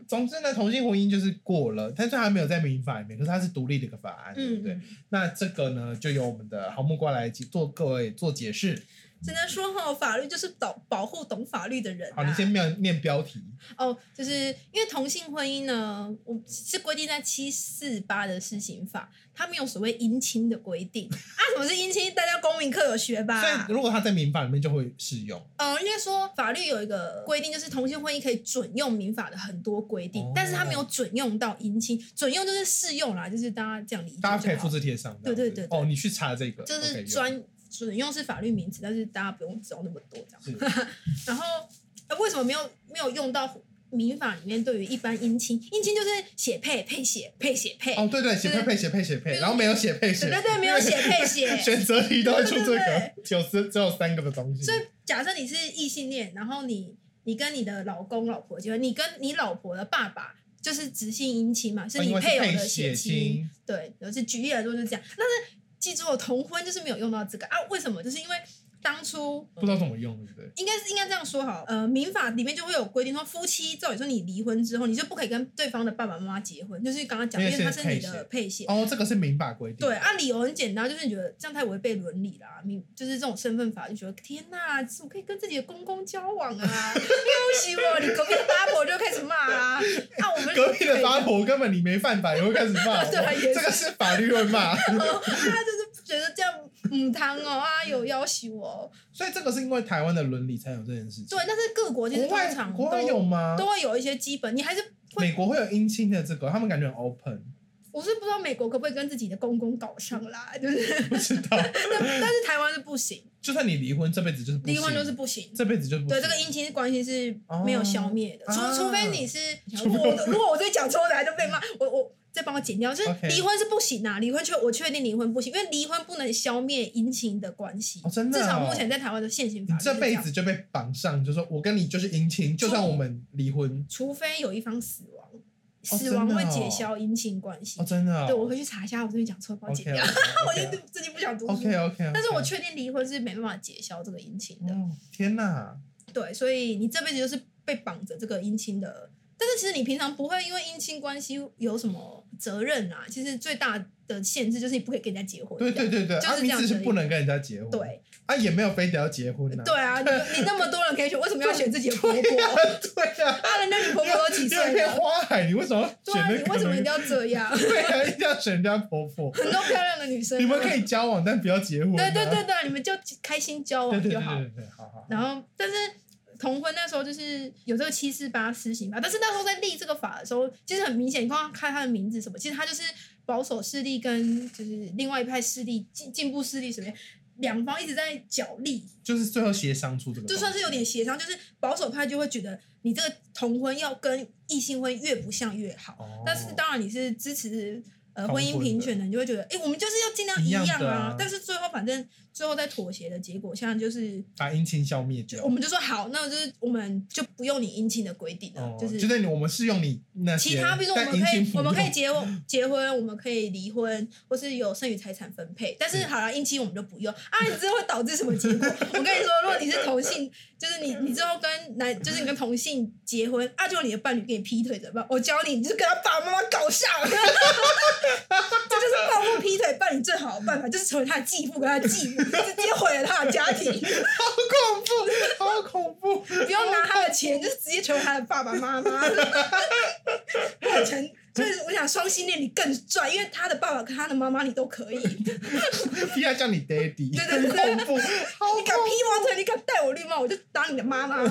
Speaker 1: 总之呢，同性婚姻就是过了，但是还没有在民法里面，可是它是独立的一个法案，对不
Speaker 2: 嗯，
Speaker 1: 对？那这个呢，就由我们的好木瓜来做各位做解释。
Speaker 2: 只能说哈，法律就是保保护懂法律的人、
Speaker 1: 好，
Speaker 2: 啊。
Speaker 1: 你先念念标题。
Speaker 2: 哦，就是因为同性婚姻呢，我是规定在七四八的施行法，它没有所谓姻亲的规定啊。什么是姻亲？大家公民课有学吧？
Speaker 1: 所以如果它在民法里面就会适用。
Speaker 2: 呃，应该说法律有一个规定，就是同性婚姻可以准用民法的很多规定，
Speaker 1: 哦
Speaker 2: 但是它没有准用到姻亲，准用就是适用啦，就是大家这样理解就
Speaker 1: 大
Speaker 2: 好。
Speaker 1: 家可以复制贴上。
Speaker 2: 对对对对
Speaker 1: 哦，你去查这个，
Speaker 2: 就
Speaker 1: OK，
Speaker 2: 是
Speaker 1: 有
Speaker 2: 专准用是法律名词，但是大家不用知道那么多这 [laughs] 样。
Speaker 1: 是
Speaker 2: 然后、呃、为什么没有没有用到民法里面对于一般姻亲？姻亲就是写配配写配写配，
Speaker 1: 哦，对对，写配配写配写
Speaker 2: 对
Speaker 1: 配，
Speaker 2: 对
Speaker 1: 然后没有写配写，
Speaker 2: 对对对，没有
Speaker 1: [laughs]
Speaker 2: 写配写。
Speaker 1: 选择题都会出这
Speaker 2: 对
Speaker 1: 个
Speaker 2: 对，
Speaker 1: 只有只只有三个的东西
Speaker 2: 所。以假设你是异性恋，然后你你跟你的老公老婆结婚，你跟你老婆的爸爸就是直系姻亲嘛，是
Speaker 1: 哦因
Speaker 2: 你
Speaker 1: 为
Speaker 2: 配
Speaker 1: 是
Speaker 2: 偶
Speaker 1: 配
Speaker 2: 的
Speaker 1: 血
Speaker 2: 血亲。，嗯对，然后是举例来说就是这样。但是记住哦，同婚就是没有用到这个啊？为什么？就是因为当初
Speaker 1: 不知道怎么用，对不对？
Speaker 2: 应该是应该这样说好，呃，民法里面就会有规定说，夫妻照理说你离婚之后，你就不可以跟对方的爸爸妈妈结婚，就是刚刚讲，
Speaker 1: 因
Speaker 2: 因
Speaker 1: 为
Speaker 2: 为
Speaker 1: 是
Speaker 2: 他是你
Speaker 1: 配血
Speaker 2: 的配血。
Speaker 1: 哦，这个是民法规定。
Speaker 2: 对，啊，理由很简单，就是你觉得这样太违背伦理啦，民就是这种身份法，就觉得天哪，怎么可以跟自己的公公交往啊？不行哦，你隔壁的八婆就开始骂啊，啊，我们
Speaker 1: 隔壁的八婆根本你没犯法，也会开始骂我。
Speaker 2: 对啊也是
Speaker 1: 这个是法律会骂。
Speaker 2: [laughs] 哦，他就是觉得这样母汤哦，啊，有要求哦，
Speaker 1: 所以这个是因为台湾的伦理才有这件事情。
Speaker 2: 对，但是各国其实
Speaker 1: 国
Speaker 2: 通
Speaker 1: 外
Speaker 2: 常
Speaker 1: 国外
Speaker 2: 都
Speaker 1: 有吗？
Speaker 2: 都会有一些基本，你还是会
Speaker 1: 美国会有姻亲的这个，他们感觉很 open， [laughs]
Speaker 2: 我是不知道美国可不可以跟自己的公公搞上啦，
Speaker 1: [laughs]
Speaker 2: 就是，
Speaker 1: 不知道。
Speaker 2: 但但是台湾是不行，
Speaker 1: 就算你离婚，这辈子就是不
Speaker 2: 离婚
Speaker 1: 行
Speaker 2: 就是不行。
Speaker 1: 这辈子就不
Speaker 2: 对，
Speaker 1: 行
Speaker 2: 这个姻亲关系是没有消灭的，
Speaker 1: 哦
Speaker 2: 除
Speaker 1: 啊
Speaker 2: 除非你是，
Speaker 1: 除
Speaker 2: 如
Speaker 1: 非 [laughs]
Speaker 2: 果我如果我再讲错的，就被骂，我我再帮我剪掉。就是
Speaker 1: OK
Speaker 2: 离婚是不行啊，离婚确我确定离婚不行，因为离婚不能消灭姻亲的关系
Speaker 1: 哦，，真的、
Speaker 2: 至
Speaker 1: 哦，
Speaker 2: 少目前在台湾的现行
Speaker 1: 你
Speaker 2: 法律是
Speaker 1: 这
Speaker 2: 样
Speaker 1: 辈子，就被绑上，就说我跟你就是姻亲，就算我们离婚，
Speaker 2: 除非有一方死亡，
Speaker 1: 哦真的
Speaker 2: 死亡会
Speaker 1: 哦
Speaker 2: 解消姻亲关系
Speaker 1: 哦，。真的、哦，
Speaker 2: 对，我回去查一下，我这边讲错，帮我
Speaker 1: OK
Speaker 2: 剪掉。 [laughs] 我已
Speaker 1: OK
Speaker 2: 经最近不想读
Speaker 1: OK
Speaker 2: 书
Speaker 1: OK，, o k
Speaker 2: 但是我确定离婚是没办法解消这个
Speaker 1: 嗯
Speaker 2: 姻亲的。
Speaker 1: 哦，天哪，
Speaker 2: 对，所以你这辈子就是被绑着这个姻亲的但是其实你平常不会因为姻亲关系有什么责任啊，其实最大的限制就是你不可以跟人家结婚。
Speaker 1: 对对对对，啊
Speaker 2: 就是这
Speaker 1: 阿明
Speaker 2: 样子而已
Speaker 1: 是不能跟人家结婚，，
Speaker 2: 对
Speaker 1: 啊也没有非得要结婚啊，
Speaker 2: 对啊，你你那么多人可以选，为什么要选自己的婆婆？
Speaker 1: 啊 [laughs] 对啊，
Speaker 2: 啊，人家女婆婆都几
Speaker 1: 你有
Speaker 2: 岁
Speaker 1: 一片 [laughs]
Speaker 2: 了？
Speaker 1: 花海，你为什么
Speaker 2: 啊对
Speaker 1: 选
Speaker 2: 啊，
Speaker 1: 那
Speaker 2: 你
Speaker 1: 个？
Speaker 2: 为什么一定要这样？
Speaker 1: [laughs] 对啊，一定要选人家婆婆？
Speaker 2: 很多漂亮的女生啊，
Speaker 1: 你们可以交往，但不要结婚啊。
Speaker 2: 对对对对，你们就开心交
Speaker 1: 对
Speaker 2: 往
Speaker 1: 对
Speaker 2: 就
Speaker 1: 对
Speaker 2: 好。
Speaker 1: 对对，好好。
Speaker 2: 然后，但是同婚那时候就是有这个七四八施行法，但是那时候在立这个法的时候，其实很明显，你光看他的名字什么，其实他就是保守势力跟就是另外一派势力进进步势力什么，两方一直在角力，
Speaker 1: 就是最后协商出这个东西，
Speaker 2: 就算是有点协商，就是保守派就会觉得你这个同婚要跟异性婚越不像越好，
Speaker 1: 哦，
Speaker 2: 但是当然你是支持呃
Speaker 1: 同
Speaker 2: 婚
Speaker 1: 婚
Speaker 2: 姻平权的，你就会觉得，哎、我们就是要尽量
Speaker 1: 一样
Speaker 2: 样
Speaker 1: 的
Speaker 2: 啊
Speaker 1: 啊。
Speaker 2: 但是最后反正最后在妥协的结果，像就是
Speaker 1: 把姻亲消灭掉
Speaker 2: 我，们就说好，那就是我们就不用你姻亲的规定了，
Speaker 1: 哦
Speaker 2: 就是
Speaker 1: 就是你我们是用你那些
Speaker 2: 其他，比如说我
Speaker 1: 但
Speaker 2: 们可
Speaker 1: 姻
Speaker 2: 以
Speaker 1: 亲不
Speaker 2: 我们可以
Speaker 1: 用
Speaker 2: 结婚结婚，我们可以离婚，或是有剩余财产分配。但是好了，姻亲我们就不用啊，你这会导致什么结果？ [laughs] 我跟你说，如果你是同性，就是你你之后跟男就是你跟同性结婚，啊，结果你的伴侣跟你劈腿怎么办？我教你，你就跟他爸爸妈妈搞上， [laughs] 这就是报复劈腿伴侣最好的办法，就是成为他的继父跟他的继母，直接毁了他的家庭。
Speaker 1: 好恐怖，好恐怖，
Speaker 2: 不要拿他的钱，就是直接成为他的爸爸妈
Speaker 1: [laughs]
Speaker 2: 妈。过程，所以我想双性恋你更赚，因为他的爸爸跟他的妈妈你都可以。你
Speaker 1: 不要叫你 daddy，
Speaker 2: 对
Speaker 1: 很
Speaker 2: 对对
Speaker 1: 恐怖，好恐
Speaker 2: 敢劈王腿，你敢戴我绿帽，我就当你的妈妈。而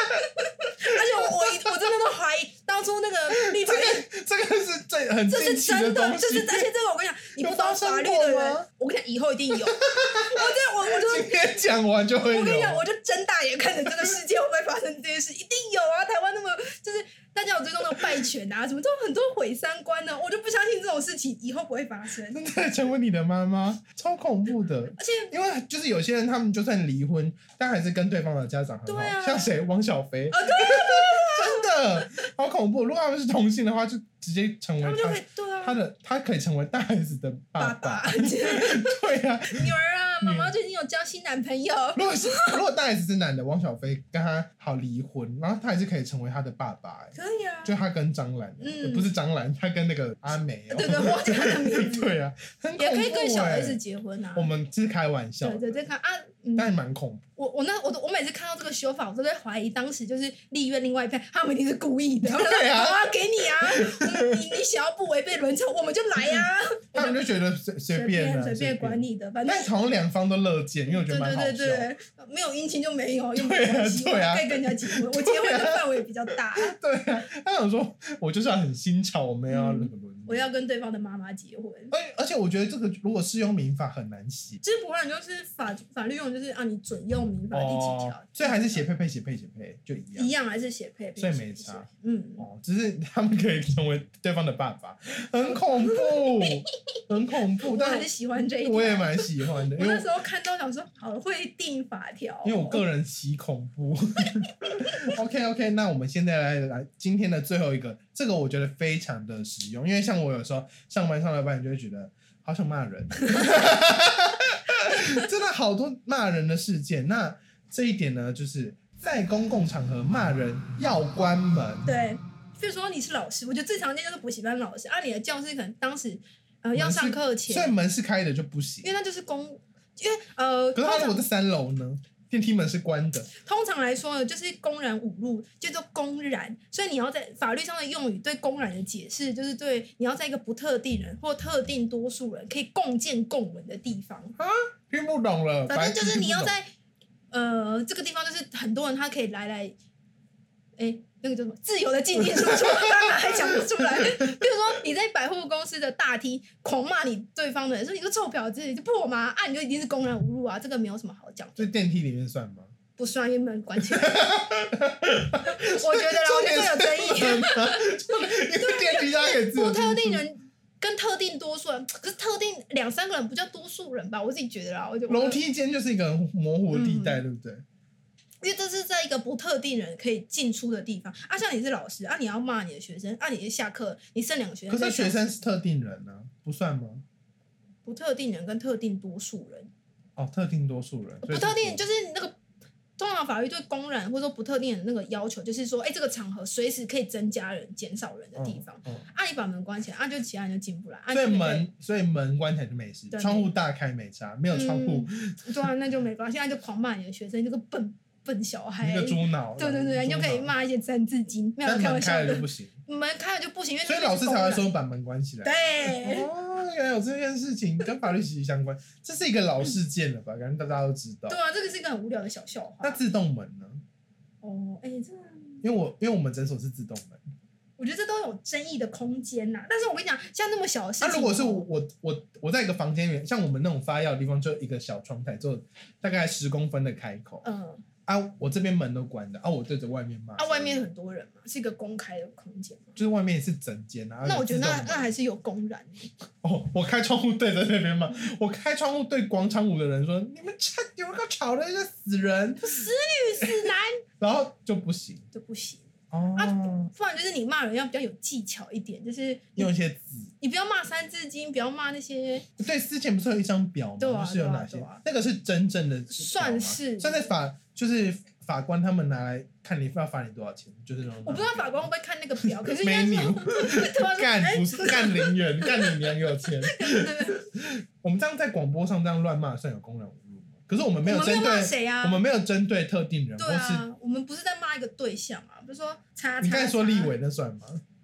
Speaker 2: 且我我一我真的都怀疑，当初那个立法院
Speaker 1: 怖，这个是最很
Speaker 2: 这是
Speaker 1: 近期
Speaker 2: 真
Speaker 1: 东
Speaker 2: 的，
Speaker 1: 西，
Speaker 2: 这是而且这个我跟你讲，你不懂
Speaker 1: 有发
Speaker 2: 法律
Speaker 1: 生
Speaker 2: 的
Speaker 1: 过
Speaker 2: 人
Speaker 1: 吗，
Speaker 2: 我跟你讲以后一定有。我这我我就
Speaker 1: 今天讲完就会有，
Speaker 2: 我跟你讲，我就睁大眼看着这个世界会不会发生这件事，一定有啊！台湾那么就是大家有追踪那种败犬啊，什么都很多毁三观的，我就不相信这种事情以后不会发生。
Speaker 1: 真的成为你的妈妈，超恐怖的。
Speaker 2: 而且
Speaker 1: 因为就是有些人，他们就算离婚，但还是跟对方的家长很好，
Speaker 2: 对啊
Speaker 1: 像谁汪小菲，
Speaker 2: 啊，对，
Speaker 1: 真的好恐怖。如果他们是同性的话，就直接成为
Speaker 2: 他们就可以
Speaker 1: 他
Speaker 2: 对
Speaker 1: 他
Speaker 2: 啊，
Speaker 1: 的他可以成为大 S 的爸
Speaker 2: 爸
Speaker 1: 爸。
Speaker 2: [laughs] 爸，女
Speaker 1: 对啊，
Speaker 2: 儿啊，妈妈最近有交新男朋友，
Speaker 1: 如果是如果大 S 是男的，汪小菲跟他好离婚，然后他还是可以成为他的爸爸、欸，
Speaker 2: 可以啊。
Speaker 1: 就他跟张兰、
Speaker 2: 嗯
Speaker 1: 欸不是张兰，他跟那个阿美、哦
Speaker 2: 对对，忘记他的
Speaker 1: [laughs]
Speaker 2: 名字，
Speaker 1: 对啊，很恐
Speaker 2: 也
Speaker 1: 怖、欸。
Speaker 2: 可以跟小 S 结婚啊
Speaker 1: 我。们是开玩笑
Speaker 2: 对
Speaker 1: 的，
Speaker 2: 对对，看啊，嗯，
Speaker 1: 但蛮恐怖。
Speaker 2: 我我那我都我每次看到这个修法，我都在怀疑当时就是立院另外一派，他们一定是故意的。
Speaker 1: [laughs] 对啊
Speaker 2: [laughs] 好给你啊，我你你想要不违背伦常，我们就来啊，
Speaker 1: 他们就觉得随 [laughs] 随
Speaker 2: 随
Speaker 1: 便啊
Speaker 2: 随便管。你的，反正
Speaker 1: 但。好像两方都乐见，因为我觉
Speaker 2: 对
Speaker 1: 得蛮好笑
Speaker 2: 对对
Speaker 1: 的。
Speaker 2: 对，没有姻亲就没有，又没关系，
Speaker 1: 对啊对啊啊
Speaker 2: 我还可以跟人家结婚，我结婚的范围比较大， [laughs]
Speaker 1: [laughs] 对啊，他想说，我就是要很新潮，我们要那个伦理。
Speaker 2: 嗯我要跟对方的妈妈结婚。
Speaker 1: 而而且我觉得这个如果适用民法很难写
Speaker 2: 其实不然就是法法律用就是啊，你准用民法第几条
Speaker 1: 哦，，所以还是写配配写配写配就一样
Speaker 2: 一。样还是写配，
Speaker 1: 所以没差。
Speaker 2: 嗯，
Speaker 1: 哦，只是他们可以成为对方的爸爸，很恐怖，很恐怖。
Speaker 2: 我
Speaker 1: 但
Speaker 2: 很喜欢这一条。
Speaker 1: 我也蛮喜欢的，
Speaker 2: 我
Speaker 1: 因为
Speaker 2: 那时候看到想说，好会定法条哦、
Speaker 1: 因为我个人喜恐怖。OK OK，那我们现在来来今天的最后一个，这个我觉得非常的实用，因为像我有时候上班上到一半，你就会觉得好想骂人， [laughs] 真的好多骂人的事件。那这一点呢，就是在公共场合骂人要关门。
Speaker 2: 对，比如说你是老师，我觉得最常见就是补习班老师啊，你的教室可能当时呃
Speaker 1: 门是
Speaker 2: 要上课
Speaker 1: 所以
Speaker 2: 前，
Speaker 1: 门是开的就不行
Speaker 2: 因为。那就是公，因为呃
Speaker 1: 可是
Speaker 2: 通
Speaker 1: 他如
Speaker 2: 常
Speaker 1: 果在三楼呢？电梯门是关的，
Speaker 2: 通常来说呢，就是公然侮辱，叫做公然，所以你要在法律上的用语对公然的解释，就是对你要在一个不特定人或特定多数人可以共建共文的地方，
Speaker 1: 听不懂了。
Speaker 2: 反正就
Speaker 1: 白痴
Speaker 2: 是
Speaker 1: 听
Speaker 2: 你
Speaker 1: 不
Speaker 2: 要
Speaker 1: 懂
Speaker 2: 在呃这个地方，就是很多人他可以来来，哎、那个叫什么自由的进进出出，当然还讲不出 [laughs] 来。比如说你在百货公司的大厅狂骂你对方的人，说你个臭婊子，你就破嘛，啊你就一定是公然侮辱啊，这个没有什么好讲，
Speaker 1: 所以电梯里面算吗？
Speaker 2: 不算，因为门 [laughs] 关起来。我 [laughs] 觉得啦，我觉得这有争议，
Speaker 1: 因为电梯大家可以自由
Speaker 2: 不特定
Speaker 1: 进出
Speaker 2: 人。跟特定多数人，可是特定两三个人不叫多数人吧？我自己觉得啦，我就
Speaker 1: 楼梯间就是一个很模糊的地
Speaker 2: 嗯
Speaker 1: 带，对不对？
Speaker 2: 因为这是在一个不特定人可以进出的地方啊，像你是老师啊，你要骂你的学生啊，你一下课你剩两个学生，
Speaker 1: 可是学生是特定人呢、不算吗？
Speaker 2: 不特定人跟特定多数人，
Speaker 1: 哦，特定多数人，
Speaker 2: 不特定
Speaker 1: 就
Speaker 2: 就是那个通常法律对公然或者说不特定的那个要求，就是说，哎、这个场合随时可以增加人、减少人的地方。
Speaker 1: 嗯
Speaker 2: 啊，你把门关起来，啊，就其他人就进不来。啊，
Speaker 1: 所以
Speaker 2: 你就
Speaker 1: 门，所以门关起来就没事，
Speaker 2: 对
Speaker 1: 窗户大开没差，没有窗户，
Speaker 2: 对啊，那就没关系，现在就狂骂你的学生，你这个笨笨小
Speaker 1: 一
Speaker 2: 孩。
Speaker 1: 个猪脑，
Speaker 2: 对对对，
Speaker 1: 一
Speaker 2: 你
Speaker 1: 个
Speaker 2: 就
Speaker 1: 猪脑
Speaker 2: 可以，骂一些三字经，没有
Speaker 1: 但
Speaker 2: 开
Speaker 1: 门
Speaker 2: 玩
Speaker 1: 开
Speaker 2: 笑
Speaker 1: 了就
Speaker 2: 的。
Speaker 1: 不
Speaker 2: [laughs]
Speaker 1: 行，
Speaker 2: 门开了就不行，因为
Speaker 1: 所以老师才会说把门关起来。
Speaker 2: 对。
Speaker 1: 哦，原来有这件事情跟法律息息相关，这是一个老事件了吧？感觉大家都知道
Speaker 2: 对。啊，这个是一个很无聊的小笑
Speaker 1: 那
Speaker 2: 话。
Speaker 1: 自动门呢？
Speaker 2: 哦，哎、这
Speaker 1: 因为我因为我们诊所是自动门，
Speaker 2: 我觉得这都有争议的空间呐、但是我跟你讲，像那么小的事
Speaker 1: 那、
Speaker 2: 情，
Speaker 1: 如果是我我我我在一个房间里面，像我们那种发药的地方，就一个小窗台，就大概十公分的开口、
Speaker 2: 嗯，
Speaker 1: 啊，我这边门都关的啊，我对着外面骂
Speaker 2: 啊，外面很多人嘛，是一个公开的空间嘛。
Speaker 1: 就是外面也是整间啊。
Speaker 2: 那我觉
Speaker 1: 有
Speaker 2: 得那
Speaker 1: 自动门
Speaker 2: 那还是有公然，
Speaker 1: 哦，我开窗户对着那边嘛，我开窗户对广场舞的人说：“你们这有个吵的要死人。
Speaker 2: 律师男”
Speaker 1: 然后就不行
Speaker 2: [laughs] 就不行。
Speaker 1: 哦，
Speaker 2: 啊不然就是你骂人要比较有技巧一点，就是你
Speaker 1: 用一些字。
Speaker 2: 你不要骂三字经，不要骂那些
Speaker 1: 对，之前不是有一张表吗？
Speaker 2: 对啊
Speaker 1: 就是有哪些？
Speaker 2: 对啊对啊
Speaker 1: 那个是真正的表吗，
Speaker 2: 算是
Speaker 1: 算是法，就是法官他们拿来看你要罚你多少钱，就是那种。
Speaker 2: 我不知道法官会不会看那个
Speaker 1: [laughs]
Speaker 2: 表，可是应该
Speaker 1: 没
Speaker 2: 是
Speaker 1: 你
Speaker 2: 突然说，
Speaker 1: 干
Speaker 2: 哎
Speaker 1: 不是干零元，干你娘有
Speaker 2: [laughs]
Speaker 1: 钱。我们这样在广播上这样乱骂，算有公然侮辱吗？可是我们没有
Speaker 2: 我们
Speaker 1: 针
Speaker 2: 没有骂
Speaker 1: 对，
Speaker 2: 谁啊？
Speaker 1: 我们没有针对特定人，
Speaker 2: 对
Speaker 1: 或是
Speaker 2: 啊，我们不是在骂一个对象啊，比如说叉叉。
Speaker 1: 你刚才说
Speaker 2: 叉
Speaker 1: 立，委那算吗？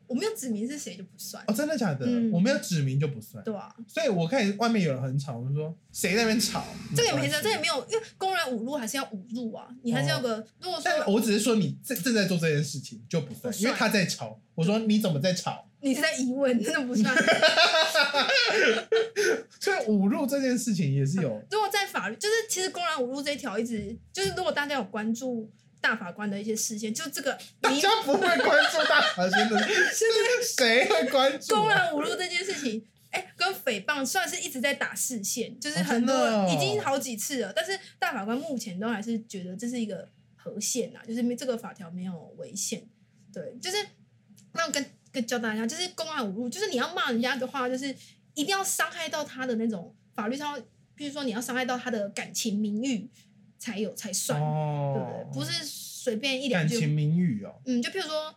Speaker 2: 我没有指明是谁就不算，
Speaker 1: 哦，真的假的？
Speaker 2: 嗯
Speaker 1: 我没有指名就不算。
Speaker 2: 对啊，
Speaker 1: 所以我看外面有人很吵，我就说谁在那边吵？
Speaker 2: 这个也没事，这
Speaker 1: 关
Speaker 2: 个
Speaker 1: 系哦
Speaker 2: 也没有，因为公然侮辱还是要侮辱啊，你还是要个。如果
Speaker 1: 但
Speaker 2: 说
Speaker 1: 我只是说你正正在做这件事情就不算，
Speaker 2: 不算
Speaker 1: 因为他在吵。我说你怎么在吵？
Speaker 2: 你是在疑问，真的不算。 [laughs]
Speaker 1: 所以侮辱这件事情也是有，
Speaker 2: 如果在法律，就是其实公然侮辱这一条一直就是，如果大家有关注大法官的一些事件，就这个
Speaker 1: 大
Speaker 2: [laughs] 你
Speaker 1: 家不会关注大法先
Speaker 2: [laughs]
Speaker 1: 的，是谁会关注啊？
Speaker 2: 公然侮辱这件事情，哎、跟诽谤算是一直在打视线，就是
Speaker 1: 哦
Speaker 2: 很多、
Speaker 1: 真的哦
Speaker 2: 已经好几次了，但是大法官目前都还是觉得这是一个和宪呐、就是没这个法条没有违宪。对，就是那我跟跟教大家，就是公然侮辱，就是你要骂人家的话，就是一定要伤害到他的那种法律上，比如说你要伤害到他的感情名誉才有才算，对不
Speaker 1: 哦
Speaker 2: 对？，不是随便一两
Speaker 1: 感
Speaker 2: 句
Speaker 1: 情名誉哦，
Speaker 2: 嗯，就譬如说，